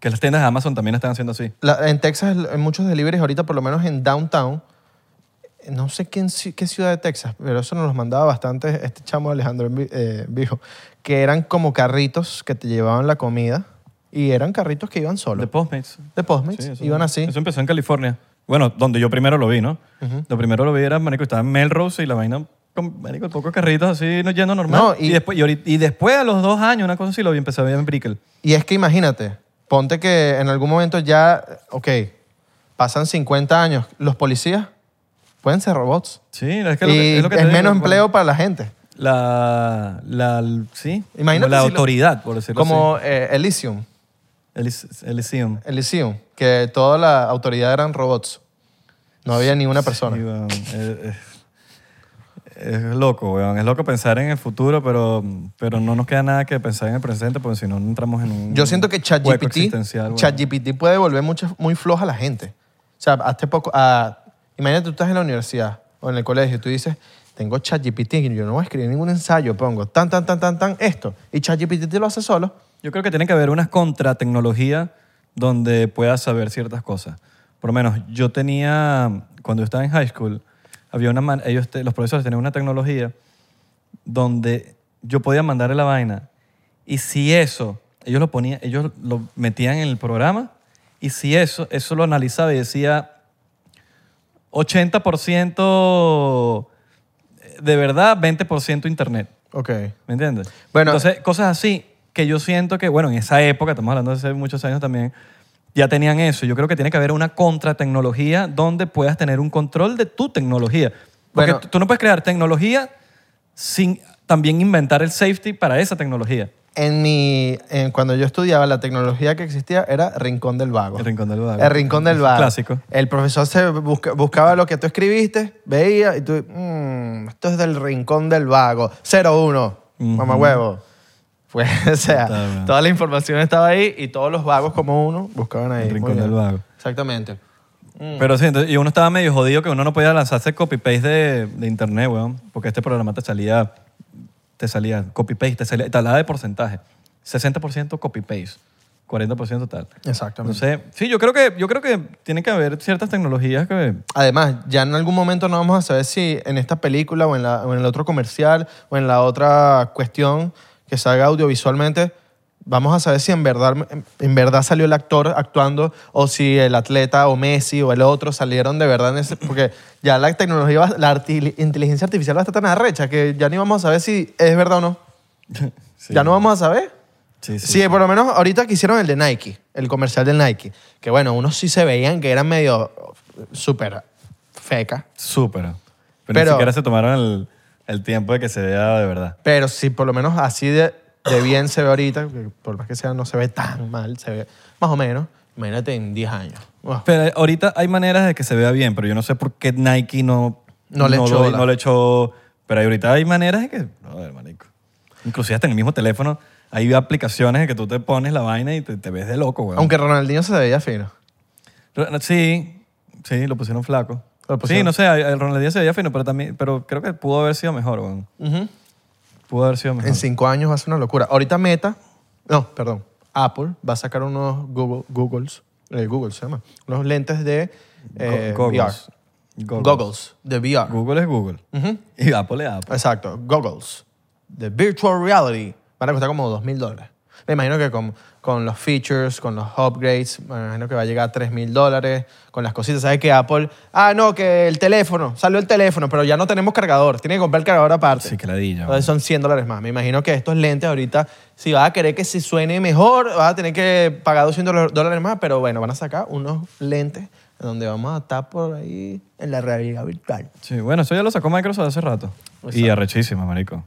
Que las tiendas de Amazon también están haciendo así.
la- en Texas en muchos deliveries ahorita, por lo menos en downtown, no sé qué, en ci- qué ciudad de Texas, pero eso nos los mandaba bastante este chamo Alejandro Envi- eh, Vijo, que eran como carritos que te llevaban la comida y eran carritos que iban solos.
De Postmates.
de Postmates.
Sí, eso-
Iban así.
Eso empezó en California. Bueno, donde yo primero lo vi, ¿no? Lo primero lo vi era, marico, estaba en Melrose y la vaina con, marico, pocos carritos así, no yendo normal.
No,
y,
y-
después, y, ahorita- y después a los dos años, una cosa así, lo vi, empecé a ver en Brickell.
Y es que imagínate, ponte que en algún momento ya, ok, pasan 50 años, los policías pueden ser robots.
Sí, es que lo
y
que-
es,
es lo que te digo,
menos
bueno,
empleo para la gente.
La, la, sí,
Imagínate
como la
si lo-
autoridad, por decirlo
Como eh, Elysium,
así. Elis- Elysium.
Elysium, que toda la autoridad eran robots. No había ni una persona.
Sí, weón. Eh, eh, es, loco, weón. Es loco pensar en el futuro, pero, pero no nos queda nada que pensar en el presente, porque si no no entramos en un
Yo siento que
hueco
ChatGPT
existencial, weón.
ChatGPT puede volver mucho- muy floja a la gente. O sea, hace poco, ah, imagínate tú estás en la universidad o en el colegio y tú dices, tengo ChatGPT y yo no voy a escribir ningún ensayo, pongo tan, tan, tan, tan, tan, esto. Y ChatGPT te lo hace solo.
Yo creo que tiene que haber unas contratecnología donde puedas saber ciertas cosas. Por lo menos yo tenía, cuando yo estaba en high school, había una man- ellos te- los profesores tenían una tecnología donde yo podía mandarle la vaina y si eso, ellos lo ponían, ellos lo metían en el programa y si eso, eso lo analizaba y decía 80% de verdad, 20% internet.
Ok.
¿Me entiendes?
Bueno,
Entonces, cosas así que yo siento que, bueno, en esa época, estamos hablando de hace muchos años también, ya tenían eso. Yo creo que tiene que haber una contratecnología donde puedas tener un control de tu tecnología. Porque
Bueno.
tú- tú no puedes crear tecnología sin también inventar el safety para esa tecnología.
En mi, en- cuando yo estudiaba, la tecnología que existía era Rincón del Vago.
El Rincón del Vago.
El Rincón del Vago.
Clásico.
El profesor se busca- buscaba lo que tú escribiste, veía y tú, "Mm, esto es del Rincón del Vago, 01, mamá huevo. *laughs* Pues, o sea,
Total, man.
toda la información estaba ahí y todos los vagos como uno buscaban ahí.
El
Muy
Rincón
bien.
del Vago.
Exactamente. Mm.
Pero sí, entonces, y uno estaba medio jodido que uno no podía lanzarse copy-paste de, de internet, weón. Porque este programa te salía, te salía copy-paste, te salía, te hablaba de porcentaje. 60% copy-paste, 40% tal.
Exactamente.
Entonces, sí, yo creo que, yo creo que tiene que haber ciertas tecnologías que...
Además, ya en algún momento no vamos a saber si en esta película o en, la, o en el otro comercial o en la otra cuestión que salga audiovisualmente, vamos a saber si en verdad, en verdad salió el actor actuando o si el atleta o Messi o el otro salieron de verdad. En ese, porque ya la tecnología, va- la arti- inteligencia artificial va a estar tan arrecha que ya ni vamos a saber si es verdad o no.
Sí.
Ya no vamos a saber.
Sí, sí,
Sí, por lo menos ahorita que hicieron el de Nike, el comercial del Nike, que bueno, unos sí se veían que eran medio eh, súper feca,
Súper. Pero, ni
Pero-
siquiera se tomaron el, el tiempo de que se vea de verdad.
pero sí por lo menos así de, de bien se ve ahorita, que por más que sea no se ve tan mal, se ve más o menos, imagínate en 10 años. Wow.
Pero ahorita hay maneras de que se vea bien, pero yo no sé por qué Nike no,
No le echó
lo-
la-
no le echó- Pero ahorita hay maneras de que. A ver, marico. Inclusive hasta en el mismo teléfono hay aplicaciones en que tú te pones la vaina y te, te ves de loco, weón.
Aunque Ronaldinho se veía fino.
Ro- Sí, sí, lo pusieron flaco.
Lo pusieron.
Sí, no sé, el Ronaldinho se veía fino, pero también, pero creo que pudo haber sido mejor, weón.
Ujú.
Pudo haber sido mejor.
En 5 años va a ser una locura. Ahorita Meta, no, perdón, Apple va a sacar unos Google, Googles, eh, Google se llama, unos lentes de eh,
Go-
VR.
goggles. Goggles.
Goggles, de VR.
Google es Google.
Ujú.
Y Apple es Apple.
Exacto, goggles de virtual reality van a costar como dos mil dólares. Me imagino que con, con los features, con los upgrades, me imagino que va a llegar a 3 mil dólares, con las cositas. ¿Sabes que Apple? Ah, no, que el teléfono, salió el teléfono, pero ya no tenemos cargador. Tiene que comprar el cargador aparte.
Sí, que ladilla,
Entonces son 100 dólares más. Me imagino que estos lentes ahorita, si vas a querer que se suene mejor, vas a tener que pagar 200 dólares más, pero bueno, van a sacar unos lentes en donde vamos a estar por ahí en la realidad virtual.
Sí, bueno, eso ya lo sacó Microsoft hace rato. Y arrechísima, marico.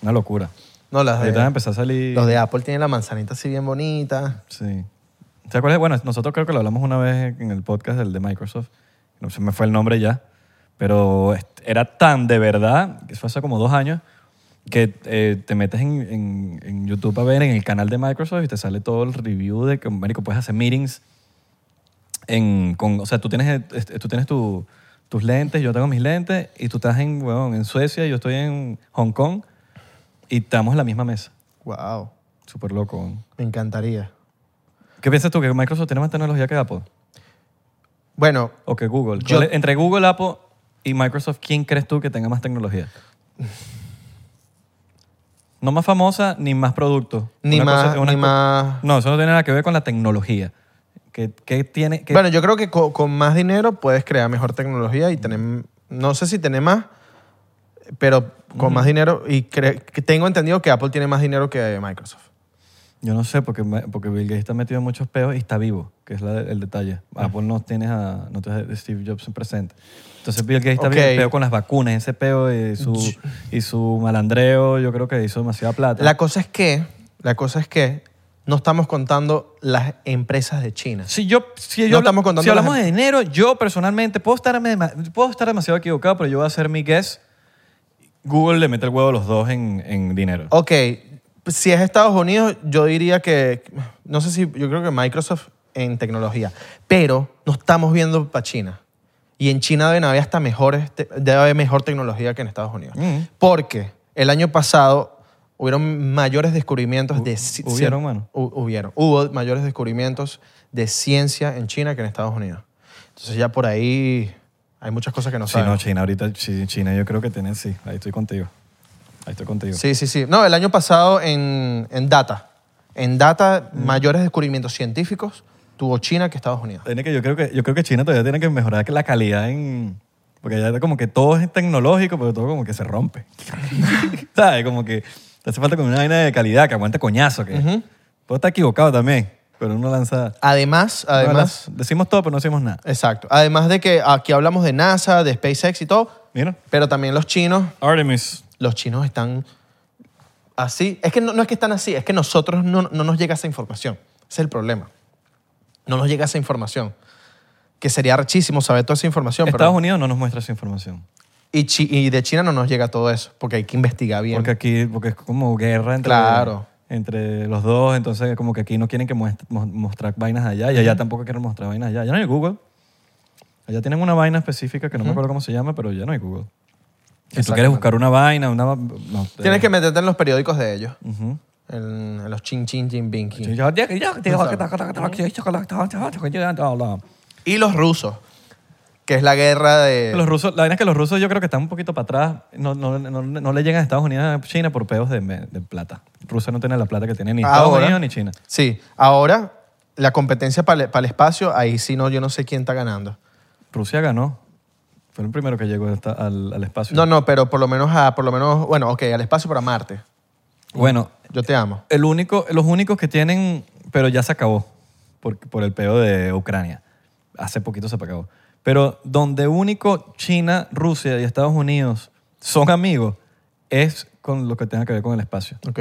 Una locura.
No, las
Ahorita
de,
van a empezar a salir...
los de Apple tienen la manzanita así bien bonita.
Sí. ¿Te acuerdas? Bueno, nosotros creo que lo hablamos una vez en el podcast del de Microsoft. No se me fue el nombre ya. Pero este, era tan de verdad, que fue hace como dos años, que eh, te metes en, en- en YouTube a ver en el canal de Microsoft y te sale todo el review de que, marico, puedes hacer meetings en, con, o sea, tú tienes, este, tú tienes tu- tus lentes, yo tengo mis lentes, y tú estás en, huevón, en Suecia, yo estoy en Hong Kong, y estamos en la misma mesa.
Wow,
Súper loco. huevón.
me encantaría.
¿Qué piensas tú? ¿Que Microsoft tiene más tecnología que Apple?
Bueno,
¿O que Google?
Yo-
¿Cuál es- entre Google, Apple y Microsoft, ¿quién crees tú que tenga más tecnología? No más famosa ni más producto.
Ni más-
es
ni
co-
más-
No, eso no tiene nada que ver con la tecnología. ¿Qué, qué tiene? qué-
bueno, yo creo que co- con, más dinero puedes crear mejor tecnología y tener, no sé si tener más, pero con más dinero y cre- que tengo entendido que Apple tiene más dinero que Microsoft.
Yo no sé, porque, me- porque Bill Gates está metido en muchos peos y está vivo, que es la- el detalle.
Ah.
Apple no tiene a, no tiene a Steve Jobs presente. Entonces Bill Gates está
Ok.
bien peo con las vacunas, ese peo y su, y su malandreo, yo creo que hizo demasiada plata.
La cosa es que, la cosa es que no estamos contando las empresas de China.
Si yo, si yo
No estamos contando
si
la
hablamos de
gente.
dinero, yo personalmente puedo estar, dema- puedo estar demasiado equivocado, pero yo voy a hacer mi guess. Google le mete el huevo a los dos en, en dinero.
Ok, si es Estados Unidos, yo diría que, no sé si, yo creo que Microsoft en tecnología, pero no estamos viendo para China. Y en China deben haber hasta mejores, te- debe haber mejor tecnología que en Estados Unidos.
Mm.
Porque el año pasado hubieron mayores descubrimientos de... ci-
hubieron,
cien-
mano.
hu- hubieron. Hubo mayores descubrimientos de ciencia en China que en Estados Unidos. Entonces ya por ahí hay muchas cosas que no
sí, no,
sabemos.
China, ahorita Chi- China yo creo que tienen, sí, ahí estoy contigo. Ahí estoy contigo.
Sí, sí, sí. No, el año pasado en, en data. En data,
Mm.
mayores descubrimientos científicos tuvo China que Estados Unidos.
Tiene que, yo, creo que, yo creo que China todavía tiene que mejorar que la calidad en... Porque ya como que todo es tecnológico, pero todo como que se
*laughs*
rompe. ¿Sabes? Como que te hace falta como una vaina de calidad que aguante coñazo. Que Puedo estar equivocado también, pero uno lanza...
Además,
uno
además,
lanza- decimos todo, pero no decimos nada.
exacto. Además de que aquí hablamos de NASA, de SpaceX y todo,
Mira.
pero también los chinos,
Artemis.
los chinos están así. Es que no, no es que están así, es que nosotros no, no nos llega esa información. Ese es el problema. No nos llega esa información. Que sería rechísimo saber toda esa información.
Estados
pero,
Unidos no nos muestra esa información.
y, chi- y de China no nos llega todo eso, porque hay que investigar bien.
Porque aquí, porque es como guerra entre,
Claro.
entre los dos, entonces como que aquí no quieren que muest- mo- mostrar vainas allá y allá tampoco quieren mostrar vainas allá. Ya no hay Google. Allá tienen una vaina específica que no me acuerdo cómo se llama, pero ya no hay Google. Si tú quieres buscar una vaina, una... No,
Tienes que meterte en los periódicos de ellos.
Ujú.
En, en los chin chin chin bin, kin. Y los rusos, que es la guerra de...
Los rusos, la vaina es que los rusos yo creo que están un poquito para atrás. No, no, no, no le llegan a Estados Unidos a China por pedos de, de plata. Rusia no tiene la plata que tiene ni Estados
Ahora-
Unidos ni China.
Sí, ahora la competencia para el, espacio, ahí sí no, yo no sé quién está ganando.
Rusia ganó. Fue el primero que llegó hasta- al, al espacio.
No, no, pero por lo menos a, por lo menos, bueno, ok, al espacio para Marte.
Bueno,
Yo te amo.
el único, los únicos que tienen, pero ya se acabó por, por el peo de Ucrania. Hace poquito se acabó. Pero donde único China, Rusia y Estados Unidos son amigos es con lo que tenga que ver con el espacio.
Ok.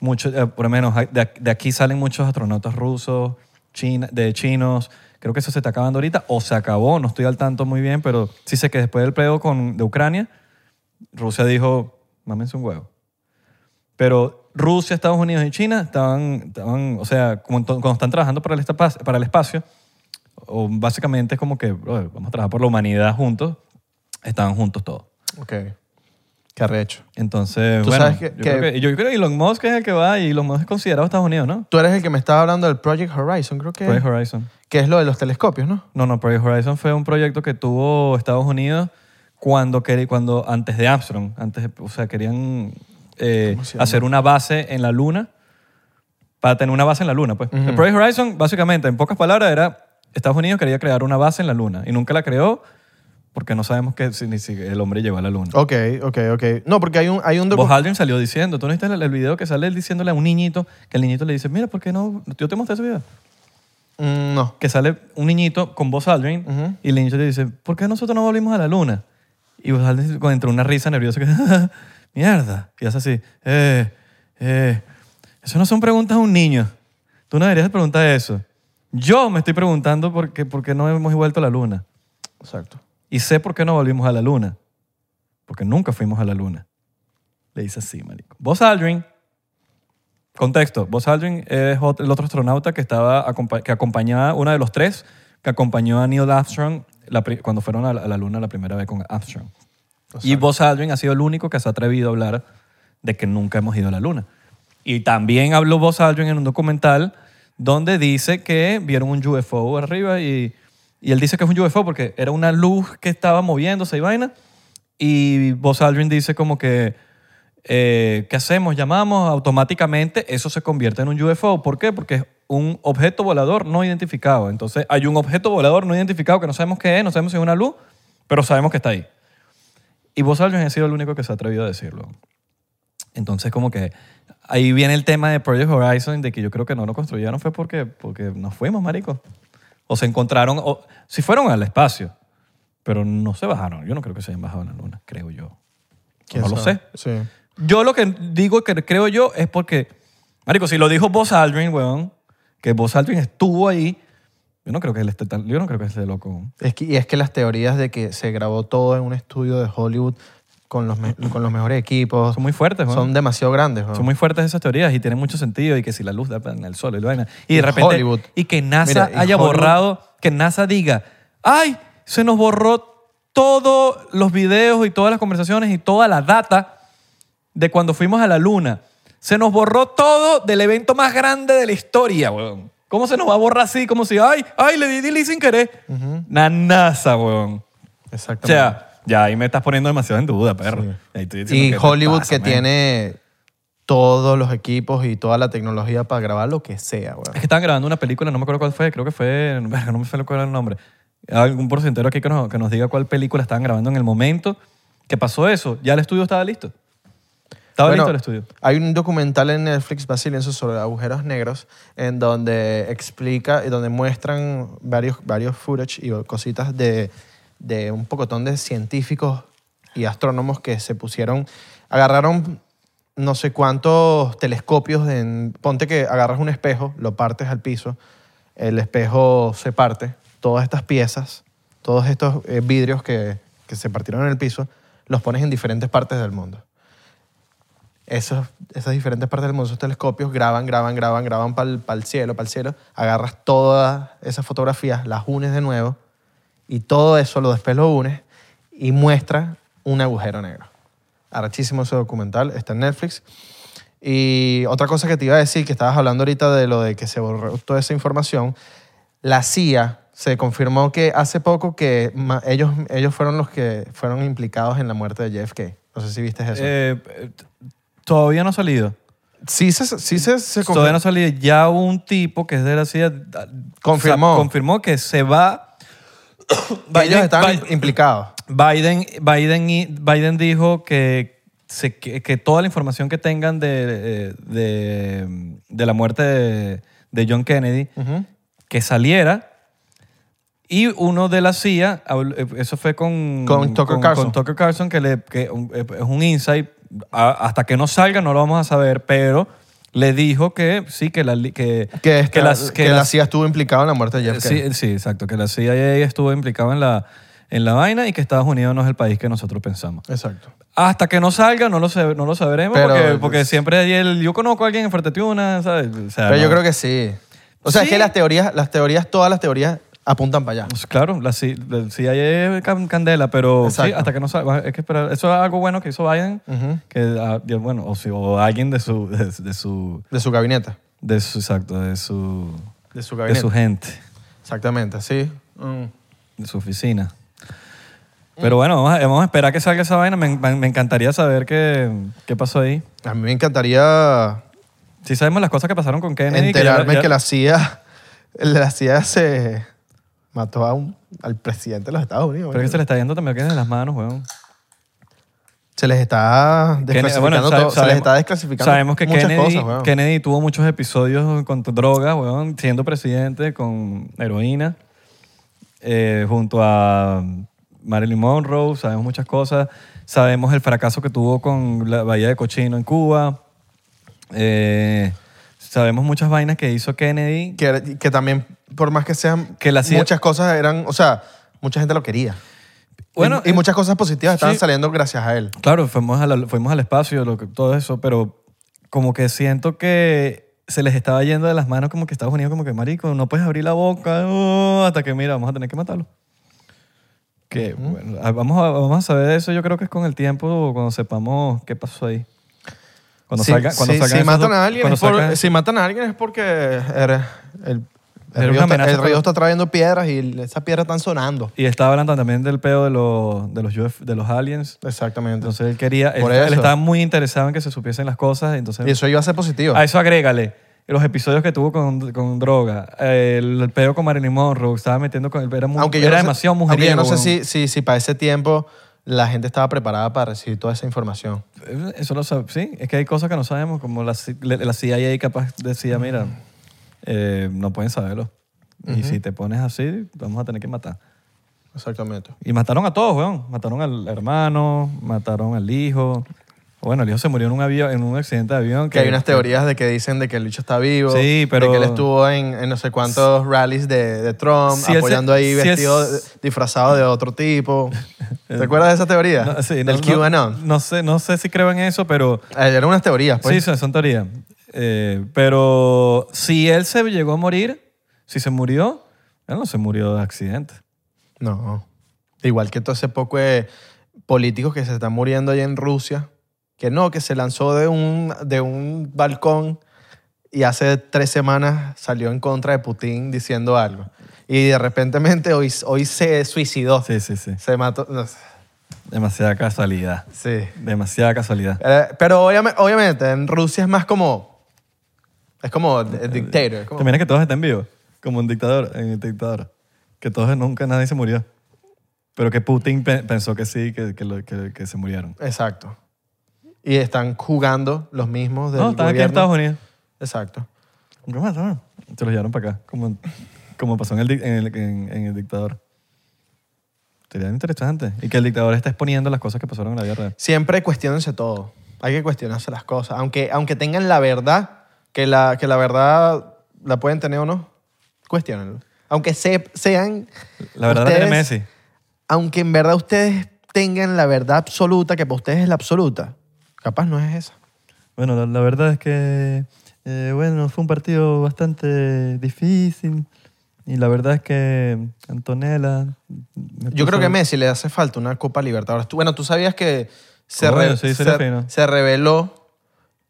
Mucho, eh, por lo menos hay- de, ac- de aquí salen muchos astronautas rusos, china- de chinos. Creo que eso se está acabando ahorita o se acabó, no estoy al tanto muy bien, pero sí sé que después del pleo con, de Ucrania, Rusia dijo, mámense un huevo. Pero Rusia, Estados Unidos y China estaban, estaban o sea, como to- cuando están trabajando para el, estapa- para el espacio, o básicamente es como que "Bro, vamos a trabajar por la humanidad juntos, estaban juntos todos.
Ok. Qué arrecho.
Entonces,
Tú
bueno,
sabes que-
yo, creo
que-
que, yo creo que Elon Musk es el que va y Elon Musk es considerado Estados Unidos, ¿no?
Tú eres el que me estaba hablando del Project Horizon, creo que...
Project Horizon.
Que es lo de los telescopios, ¿no?
No, no, Project Horizon fue un proyecto que tuvo Estados Unidos cuando, quer- cuando antes de Armstrong, antes, de- o sea, querían eh, hacer una base en la Luna para tener una base en la luna. Pues. El Project Horizon, básicamente, en pocas palabras, era Estados Unidos quería crear una base en la luna y nunca la creó porque no sabemos que, si, ni si el hombre llegó a la luna.
Ok, ok, ok. No, porque hay un, hay un
Vos
docu-
Aldrin salió diciendo, tú no viste el, el video que sale él diciéndole a un niñito, que el niñito le dice, mira, ¿por qué no? Yo te mostré ese video.
Mm, no.
Que sale un niñito con Buzz Aldrin y el niñito le dice, ¿por qué nosotros no volvimos a la luna? Y Buzz Aldrin con- entre una risa nerviosa que, *laughs* mierda. Y hace así, eh, eh, eso no son preguntas a un niño. Tú no deberías preguntar eso. Yo me estoy preguntando por qué, por qué no hemos vuelto a la luna.
Exacto.
Y sé por qué no volvimos a la luna. Porque nunca fuimos a la luna. Le dice así, marico. Buzz Aldrin. Contexto. Buzz Aldrin es ot- el otro astronauta que, estaba acompa- que acompañaba, uno de los tres, que acompañó a Neil Armstrong la pri- cuando fueron a la, a la luna la primera vez con Armstrong. Y Buzz Aldrin ha sido el único que se ha atrevido a hablar de que nunca hemos ido a la luna. Y también habló Buzz Aldrin en un documental donde dice que vieron un UFO arriba y, y él dice que es un UFO porque era una luz que estaba moviéndose y vaina. Y Buzz Aldrin dice como que, eh, ¿qué hacemos? Llamamos automáticamente, eso se convierte en un UFO. ¿Por qué? Porque es un objeto volador no identificado. Entonces hay un objeto volador no identificado que no sabemos qué es, no sabemos si es una luz, pero sabemos que está ahí. Y Buzz Aldrin ha sido el único que se ha atrevido a decirlo. Entonces, como que ahí viene el tema de Project Horizon, de que yo creo que no lo construyeron fue porque, porque nos fuimos, marico. O se encontraron, o si fueron al espacio, pero no se bajaron. Yo no creo que se hayan bajado en la luna, creo yo.
¿Quién
no
sabe?
lo sé.
Sí.
Yo lo que digo que creo yo es porque, marico, si lo dijo Buzz Aldrin, weón, que Buzz Aldrin estuvo ahí, yo no creo que él esté tan, yo no creo que esté loco. weón.
Es que, y es que las teorías de que se grabó todo en un estudio de Hollywood con los, me- con los mejores equipos
Mm. Son muy fuertes, weón.
son demasiado grandes. weón.
Son muy fuertes esas teorías y tienen mucho sentido y que si la luz da en el sol y la vaina. Y de
Y
repente
Hollywood.
y que NASA
Mira, y
haya
Hollywood.
borrado, que NASA diga, "Ay, se nos borró todos los videos y todas las conversaciones y toda la data de cuando fuimos a la luna. Se nos borró todo del evento más grande de la historia, weón. ¿Cómo se nos va a borrar así? Como si, ay, ay, le di delete sin querer. Na NASA, weón. O
Exactamente.
sea, ya ahí me estás poniendo demasiado en duda, perro. Ahí estoy diciendo
y
que te
Hollywood
pasa,
que
man.
tiene todos los equipos y toda la tecnología para grabar lo que sea. weón.
Es que estaban grabando una película, no me acuerdo cuál fue, creo que fue, *laughs* verga, no me acuerdo cuál era el nombre. Algún porcentero aquí que nos, que nos diga cuál película estaban grabando en el momento que pasó eso. Ya el estudio estaba listo. Estaba
Bueno,
listo el estudio.
Hay un documental en Netflix brasileño sobre agujeros negros en donde explica y donde muestran varios, varios footage y cositas de, de un pocotón de científicos y astrónomos que se pusieron, agarraron no sé cuántos telescopios, en, ponte que agarras un espejo, lo partes al piso, el espejo se parte, todas estas piezas, todos estos eh, vidrios que, que se partieron en el piso, los pones en diferentes partes del mundo esos, esas diferentes partes del mundo, esos telescopios, graban, graban, graban, graban para el cielo, para el cielo, agarras todas esas fotografías, las unes de nuevo y todo eso lo después lo unes y muestra un agujero negro. Arrachísimo ese documental, está en Netflix. Y otra cosa que te iba a decir, que estabas hablando ahorita de lo de que se borró toda esa información, la CIA se confirmó que hace poco que ma- ellos, ellos fueron los que fueron implicados en la muerte de JFK. No sé si viste eso.
Eh, eh, t- todavía no ha salido.
Sí se, sí se, se confir-
Todavía no ha salido. Ya hubo un tipo que es de la CIA da-
Confirmó.
sa- confirmó que se va.
que *coughs* ellos estaban
Biden-
implicados.
Biden, Biden, y- Biden dijo que, se- que, que toda la información que tengan de, eh, de, de la muerte de, de John Kennedy, que saliera. Y uno de la CIA, habl- eh, eso fue con,
Con Tucker Carlson.
con Tucker Carlson, que, le, que un- eh, es un insight. A- hasta que no salga no lo vamos a saber, pero le dijo que sí, que la, li- que,
Que, esta- que,
las- que
la
las-
CIA estuvo implicada en la muerte de JFK.
Eh, Sí, sí, exacto, que la CIA estuvo implicada en la, en la vaina y que Estados Unidos no es el país que nosotros pensamos.
Exacto.
Hasta que no salga, no lo, sab- no lo sabremos,
Pero-
porque, porque siempre hay el- yo conozco a alguien en Fortetuna, ¿sabes? O sea,
Pero yo
no.
creo que sí. O sea, es
Sí.
que las teorías, las teorías, todas las teorías apuntan para allá.
Pues claro, la, C- la CIA es can- candela, pero sí,
Exacto.
hasta que no salga, hay que esperar. Eso es algo bueno que hizo Biden, que, ah, y bueno, o, si- o alguien de su, de, de su,
De su gabinete.
de su, exacto, de su,
De su
de su gente,
Exactamente, sí. Mm.
de su oficina. Pero bueno, vamos a, vamos a esperar que salga esa vaina. Me, en- me encantaría saber qué, qué pasó ahí.
A mí me encantaría
Si sabemos las cosas que pasaron con Kennedy. que ya-
enterarme
ya-
que la CIA, *laughs* la CIA se mató a un- al presidente de los Estados Unidos.
Pero es que se
coño.
le está yendo también que en las manos, weón.
Se les está
Kennedy-
desclasificando
bueno, sa-
todo, se les
sabemos-
está desclasificando
Sabemos que
muchas
Kennedy,
cosas, weón.
Kennedy tuvo muchos episodios con t- drogas, weón, siendo presidente, con heroína, eh, junto a Marilyn Monroe, sabemos muchas cosas. Sabemos el fracaso que tuvo con la Bahía de Cochino en Cuba. Eh, sabemos muchas vainas que hizo Kennedy.
que, que también, por más que sean,
Que la CIA
muchas cosas eran, o sea, mucha gente lo quería.
Bueno, eh,
y, y muchas cosas positivas estaban
sí.
saliendo gracias a él.
Claro, fuimos, a la- fuimos al espacio, lo que- todo eso, pero como que siento que se les estaba yendo de las manos como que Estados Unidos como que, marico, no puedes abrir la boca oh, hasta que, mira, vamos a tener que matarlo. Que, bueno, a- vamos a, vamos a saber eso, yo creo que es con el tiempo, cuando sepamos qué pasó ahí. Cuando
si,
salga- cuando
si-
salgan
si
esos
matan
doc-
a alguien
cuando
es por-
salgan-
si matan a alguien es porque era- el, el
Era
río,
una
está,
amenaza
el río
para-
está trayendo piedras y esas piedras están sonando.
Y estaba hablando también del peo de los, de los, UF de los aliens.
Exactamente.
Entonces él quería, él,
Por
él
eso.
estaba muy interesado en que se supiesen las cosas. Entonces
y eso iba a ser positivo.
A eso agrégale los episodios que tuvo con, con droga, el, el peo con Marilyn Monroe, estaba metiendo con él, era, mu-
aunque yo
era
no sé-
demasiado mujer.
aunque yo no sé si, si, si para ese tiempo la gente estaba preparada para recibir toda esa información.
Eso lo sab- sí, es que hay cosas que no sabemos, como la, C- la- la CIA capaz decía, mira, eh, no pueden saberlo. Y si te pones así, vamos a tener que matar.
Exactamente.
Y mataron a todos, weón. Mataron al hermano, mataron al hijo. Bueno, el hijo se murió en un avión, en un accidente de avión.
Que hay unas teorías de que dicen de que el bicho está vivo,
Sí, pero-
de que él estuvo en, en no sé cuántos rallies de, de Trump,
Si él se-
apoyando ahí
si él
vestido,
se-
disfrazado de
*laughs*
otro tipo. ¿Te acuerdas de esa teoría?
No, sí, no-
Del
no-
QAnon.
no sé, no sé si creo en eso, pero
Eh, Eran unas teorías,
Sí,
pues.
son, son teorías. Eh, pero si él se llegó a morir, si se murió, él no se murió de accidente.
No. Igual que todo ese poco de políticos que se están muriendo allá en Rusia, que no, que se lanzó de un, de un balcón y hace tres semanas salió en contra de Putin diciendo algo. Y de repente *laughs* hoy, hoy se suicidó.
Sí, sí, sí.
Se mató. no sé.
Demasiada casualidad.
Sí.
Demasiada casualidad.
Eh, Pero obviamente, obviamente en Rusia es más como. Es como el dictator. es como-
También es que todos están vivos, como un dictador, en el dictador. Que todos nunca nadie se murió. Pero que Putin pe- pensó que sí, que, que, lo- que- que se murieron.
Exacto. Y están jugando los mismos del
No, están aquí en
gobierno.
Estados Unidos.
Exacto.
¿Qué más? Ah, Se los llevaron para acá, como, como pasó en el, dic- en, el, en- en el dictador. Sería interesante. Y que el dictador está exponiendo las cosas que pasaron en la guerra.
Siempre cuestionense todo. Hay que cuestionarse las cosas. Aunque, aunque tengan la verdad, que la, que la verdad la pueden tener o no, cuestionenlo. Aunque se- sean.
La verdad la tiene
ustedes-
Messi.
Aunque en verdad ustedes tengan la verdad absoluta, que para ustedes es la absoluta, capaz no es esa.
Bueno, la, la verdad es que, eh, bueno, fue un partido bastante difícil. Y la verdad es que Antonella... me
Yo
puso-
creo que a Messi le hace falta una Copa Libertadores. Tú- bueno, tú sabías que se,
Coño,
re-
sí,
se,
sería fino.
se reveló,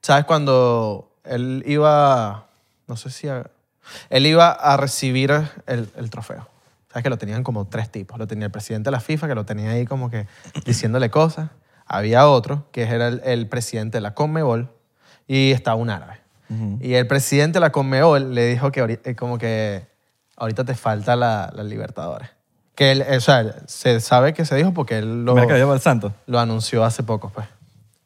¿sabes? Cuando él iba, no sé si, a- él iba a recibir el, el trofeo. ¿Sabes? Que lo tenían como tres tipos. Lo tenía el presidente de la FIFA, que lo tenía ahí como que diciéndole cosas. Había otro, que era el, el presidente de la Conmebol, y estaba un árabe. Y el presidente de la Conmebol le dijo que ahori- eh, como que ahorita te falta la, la Libertadores. Que él, eh, o sea, él- se sabe que se dijo porque él lo,
Mira que lleva el santo.
lo anunció hace poco, pues.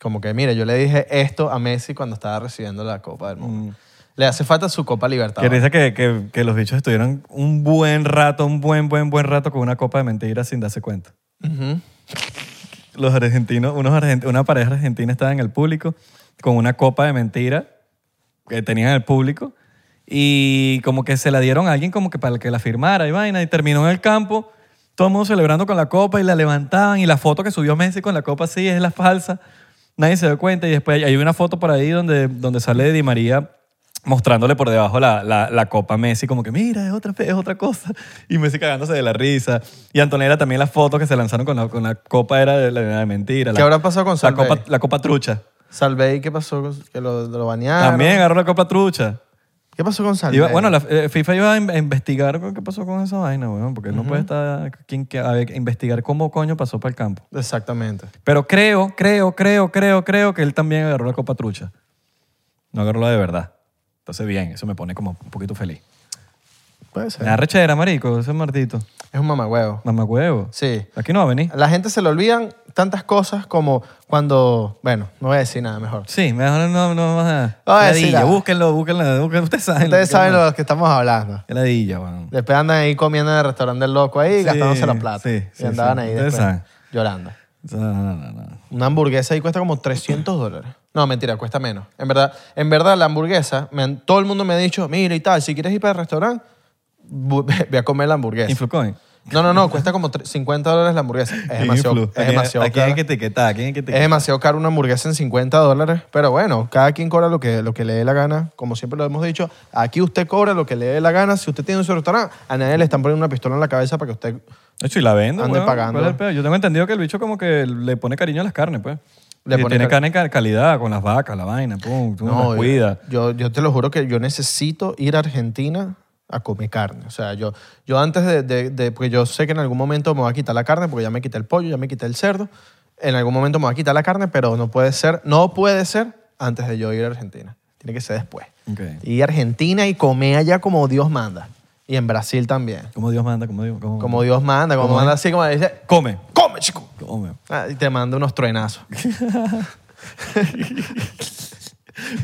Como que, mire, yo le dije esto a Messi cuando estaba recibiendo la Copa del Mundo. Le hace falta su Copa
Mm. Que
Libertadores.
dice que, que, que los bichos estuvieron un buen rato, un buen, buen, buen rato con una copa de mentiras sin darse cuenta.
Ujú.
los argentinos, unos argent- una pareja argentina estaba en el público con una copa de mentira que tenían en el público y como que se la dieron a alguien como que para que la firmara y vaina y terminó en el campo todo el mundo celebrando con la copa y la levantaban y la foto que subió Messi con la copa sí es la falsa nadie se dio cuenta y después hay- hay una foto por ahí donde, donde sale Di María mostrándole por debajo la, la- la copa a Messi como que mira es otra, es otra cosa *laughs* y Messi cagándose de la risa y Antonella también las fotos que se lanzaron con la, con la copa era de, la de mentira
¿Qué
la-
habrá pasado con
la
Salvey?
copa, la copa trucha
Salvey, ¿qué pasó? con- Que lo, lo bañaron.
también agarró la copa trucha
¿Qué pasó con Salvey?
Iba- bueno, la eh, FIFA iba a in- a investigar con- qué pasó con esa vaina, weón, porque no puede estar quien que- a ver, investigar cómo coño pasó para el campo.
Exactamente.
Pero creo, creo, creo, creo, creo que él también agarró la copa trucha. No agarró la de verdad. Entonces, bien, eso me pone como un poquito feliz.
Puede
Me da
ser.
rechera, marico, ese martito.
Es un mamagüevo.
Mamacuevo.
Sí.
Aquí no va a venir.
A La gente se le olvidan tantas cosas como cuando. Bueno, no voy a decir nada
*laughs*
mejor.
Sí, mejor no, no vamos a...
Voy a decir
Ladilla,
nada.
búsquenlo, búsquenlo, búsquenlo. Ustedes saben. lo que
Ah, Ustedes saben
es,
de lo que estamos hablando.
¿no? Ladilla, weón.
Después andan ahí comiendo en el restaurante del loco ahí y
Sí,
gastándose la plata.
sí, sí,
y andaban
sí.
ahí
Ustedes
después
saben.
llorando.
No, no, no, no.
Una hamburguesa ahí cuesta como 300 dólares. No, mentira, cuesta menos. En verdad, en verdad la hamburguesa, me han- todo el mundo me ha dicho, mira y tal, si quieres ir para el restaurante, bu- *laughs* ve ve a comer la hamburguesa.
Influcoin.
no, no, no, cuesta como tre- 50 dólares la hamburguesa.
*laughs*
Es demasiado,
Influ.
es
Aquí-
demasiado
Aquí hay
cara.
que etiquetar, aquí hay que
Es
etiquetar.
demasiado caro una hamburguesa en 50 dólares, pero bueno, cada quien cobra lo que, lo que le dé la gana, como siempre lo hemos dicho. Aquí usted cobra lo que le dé la gana. Si usted tiene un restaurante, a nadie le están poniendo una pistola en la cabeza para que usted...
De hecho, y la venden,
Ande
weón.
pagando.
¿Cuál es el pedo? Yo tengo entendido que el bicho como que le pone cariño a las carnes, pues.
Le
Le
pone
tiene carne
cari-
ca- calidad con las vacas, la vaina, pum, tú las
yo-
cuida.
Yo, yo te lo juro que yo necesito ir a Argentina a comer carne. O sea, yo, yo antes de, de- de- Porque yo sé que en algún momento me voy a quitar la carne, porque ya me quité el pollo, ya me quité el cerdo. En algún momento me voy a quitar la carne, pero no puede ser, no puede ser antes de yo ir a Argentina. Tiene que ser después.
Ok.
Y Argentina y comer allá como Dios manda. Y en Brasil también.
Como Dios manda, como Dios. Como,
Como Dios manda, como
¿Cómo
manda
es?
así, como dice,
Come.
come, chico.
Come.
Ah, y te manda unos truenazos.
*laughs*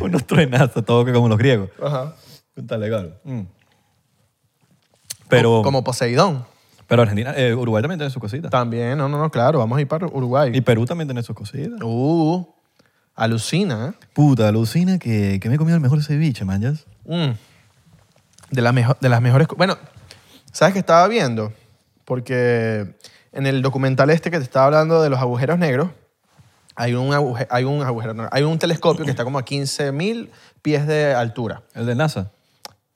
Unos truenazos, todo que como los griegos.
Ajá.
Está legal. Mm. Pero,
Como Poseidón.
pero Argentina, eh, Uruguay también tiene sus cositas.
También, no, no, no, claro, vamos a ir para
Y
Uruguay.
Perú también tiene sus cositas.
Uh, alucina, ¿eh?
Puta, alucina que, que me he comido el mejor ceviche, manjas.
Mm. De, las mejo- de las mejores... co- Bueno, ¿sabes qué estaba viendo? Porque en el documental este que te estaba hablando de los agujeros negros, hay un, aguje- hay un agujero negro, hay un telescopio que está como a 15.000 pies de altura.
El de NASA.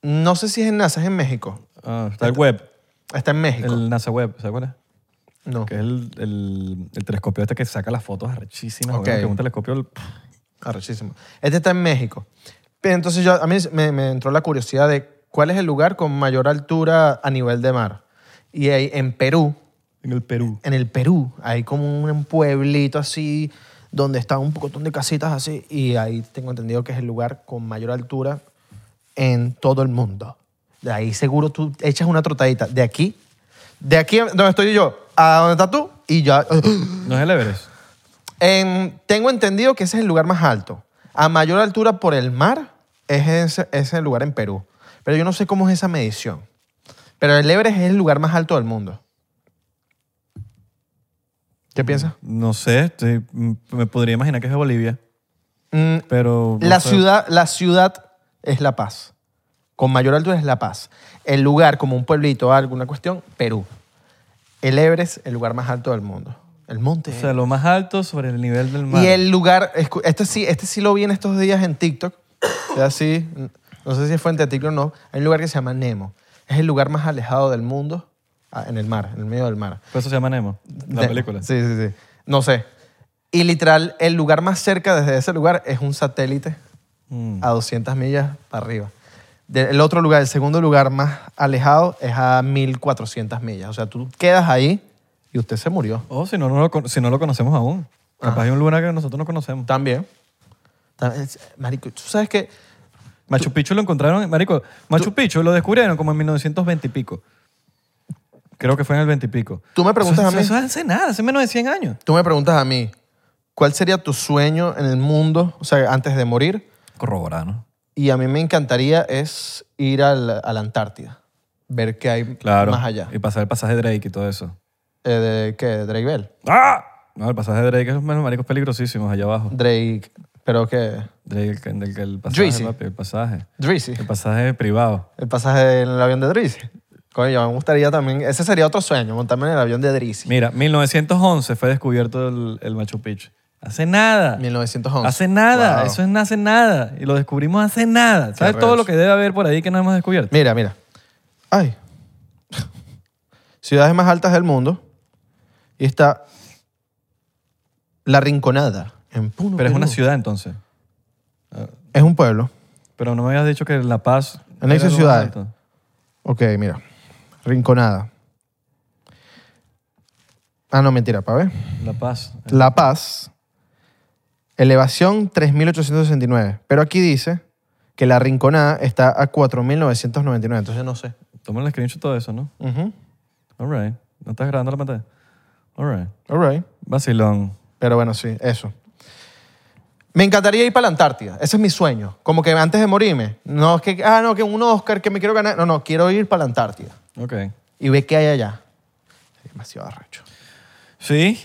No sé si es en NASA, es en México.
Ah, está el web.
Está en México.
El NASA web, ¿se acuerdan?
no.
Que es el, el- el telescopio este que saca las fotos arrechísimas.
Ok.
weón, Que es un telescopio...
Arrechísimo. Este está en México. Pero Entonces yo, a mí me, me entró la curiosidad de cuál es el lugar con mayor altura a nivel de mar. Y ahí en Perú,
En el Perú.
en el Perú, hay como un pueblito así donde está un pocotón de casitas así y ahí tengo entendido que es el lugar con mayor altura en todo el mundo. De ahí seguro tú echas una trotadita de aquí, de aquí donde estoy yo, a donde estás tú y ya...
No es el Everest.
En- tengo entendido que ese es el lugar más alto. A mayor altura por el mar es ese, ese es el lugar en Perú. Pero yo no sé cómo es esa medición. Pero el Everest es el lugar más alto del mundo. ¿Qué piensas?
No sé, estoy- m- me podría imaginar que es de Bolivia,
Mm,
pero... no
la,
sé.
ciudad, la ciudad es La Paz. Con mayor altura es La Paz. El lugar, como un pueblito, alguna cuestión, Perú. El Everest, el lugar más alto del mundo. El monte.
O
Everest.
sea, lo más alto sobre el nivel del mar.
Y el lugar, escu- este sí, este sí lo vi en estos días en TikTok. Es así, no sé si es fuente de TikTok o no. Hay un lugar que se llama Nemo. Es el lugar más alejado del mundo ah, en el mar, en el medio del mar.
Por eso se llama Nemo, la
Nemo.
película.
Sí, sí, sí. No sé. Y literal, el lugar más cerca desde ese lugar es un satélite
Mm.
a 200 millas para arriba. De- el otro lugar, el segundo lugar más alejado es a 1400 millas. O sea, tú quedas ahí y usted se murió.
O Oh, si no, no lo, con- si no lo conocemos aún. Capaz hay un lugar que nosotros no conocemos.
También. Ta- es- Marico, tú sabes que
Machu Picchu lo encontraron, marico, Machu Picchu lo descubrieron como en 1920 y pico. Creo que fue en el 20 y pico.
Tú me preguntas
Eso-
a mí.
Eso hace nada, hace menos de 100 años.
Tú me preguntas a mí, ¿cuál sería tu sueño en el mundo, o sea, antes de morir?
Corroborar, ¿no?
Y a mí me encantaría es ir al- a la Antártida, ver qué hay
Claro.
más allá.
Y pasar el pasaje Drake y todo eso.
Eh, de, ¿Qué? Drake Bell.
¡Ah! No, el pasaje de Drake es unos maricos peligrosísimos allá abajo.
Drake, pero qué...
Drake, el, que- el que- el pasaje,
Drizzy.
papi, el pasaje.
Drizzy,
El pasaje privado.
el pasaje en el avión de Drizzy. Coño, me gustaría también, ese sería otro sueño, montarme en el avión de Drizzy.
Mira, 1911 fue descubierto el, el Machu Picchu. Hace nada.
1911.
Hace nada.
Wow.
Eso es hace nada. Y lo descubrimos hace nada. ¿Sabes todo
arrecho.
lo que debe haber por ahí que no hemos descubierto?
Mira, mira. Ay. Ciudades más altas del mundo. Y está La Rinconada, en Puno.
Pero es una
Perú.
ciudad entonces.
Es un pueblo.
Pero no me habías dicho que La Paz. era
En esas
lo más
ciudades.
alto.
Ok, mira. Rinconada. Ah, no, mentira, para ver.
La Paz.
La Paz. Elevación 3869. Pero aquí dice que la rinconada está a 4.999. Entonces no sé.
Toma el screenshot todo eso, ¿no?
Ujú.
All right. ¿No estás grabando la pantalla? All right.
All right.
Vacilón.
Pero bueno, sí, eso. Me encantaría ir para la Antártida. Ese es mi sueño. Como que antes de morirme. No es que, ah, no, que un Oscar que me quiero ganar. No, no, quiero ir para la Antártida
Ok.
y ver qué hay allá. Es demasiado arrecho.
Sí.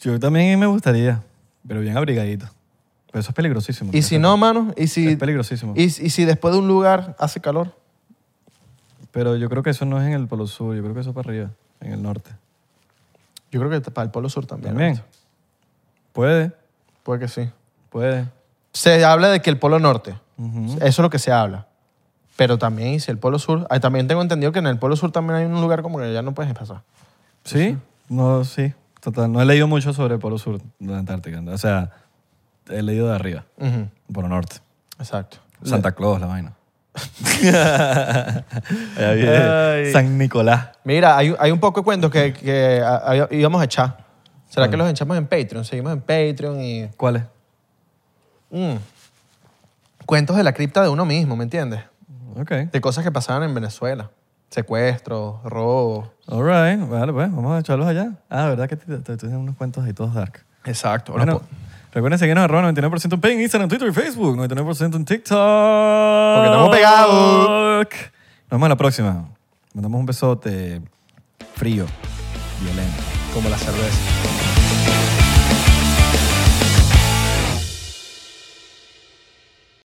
Yo también me gustaría, pero bien abrigadito. Pero eso es peligrosísimo.
Y si no, mano, y si.
Es peligrosísimo.
Y, y si después de un lugar hace calor.
Pero yo creo que eso no es en el Polo Sur, yo creo que eso es para arriba, en el norte.
Yo creo que para el Polo Sur también.
También.
Alberto.
Puede,
Puede que sí.
puede.
Se habla de que el Polo Norte. Eso es lo que se habla. Pero también, y si el Polo Sur. ah, También tengo entendido que en el Polo Sur también hay un lugar como que ya no puedes pasar.
¿Sí? No, sí. Total, no he leído mucho sobre el Polo Sur de la Antártica. O sea, he leído de arriba,
Ujú,
Polo Norte.
Exacto.
Santa Claus, la
*laughs*
vaina. Ahí había-
Ay.
San Nicolás.
Mira, hay, hay un poco de cuentos que, que a- a- íbamos a echar. ¿Será que los echamos en Patreon? Seguimos en Patreon y...
¿Cuál es?
mm, cuentos de la cripta de uno mismo, ¿me entiendes?
Ok.
De cosas que pasaban en Venezuela. Secuestros, robos.
All right. Vale, pues vamos a echarlos allá. Ah, ¿verdad que tú tienes unos cuentos ahí todos dark?
Exacto.
Bueno, recuerden seguirnos arroba 99% en Pay, en Instagram, Twitter y Facebook. 99% en TikTok. Porque
estamos pegados.
Nos vemos en la próxima. Mandamos un besote frío, violento.
como la cerveza.
Chao.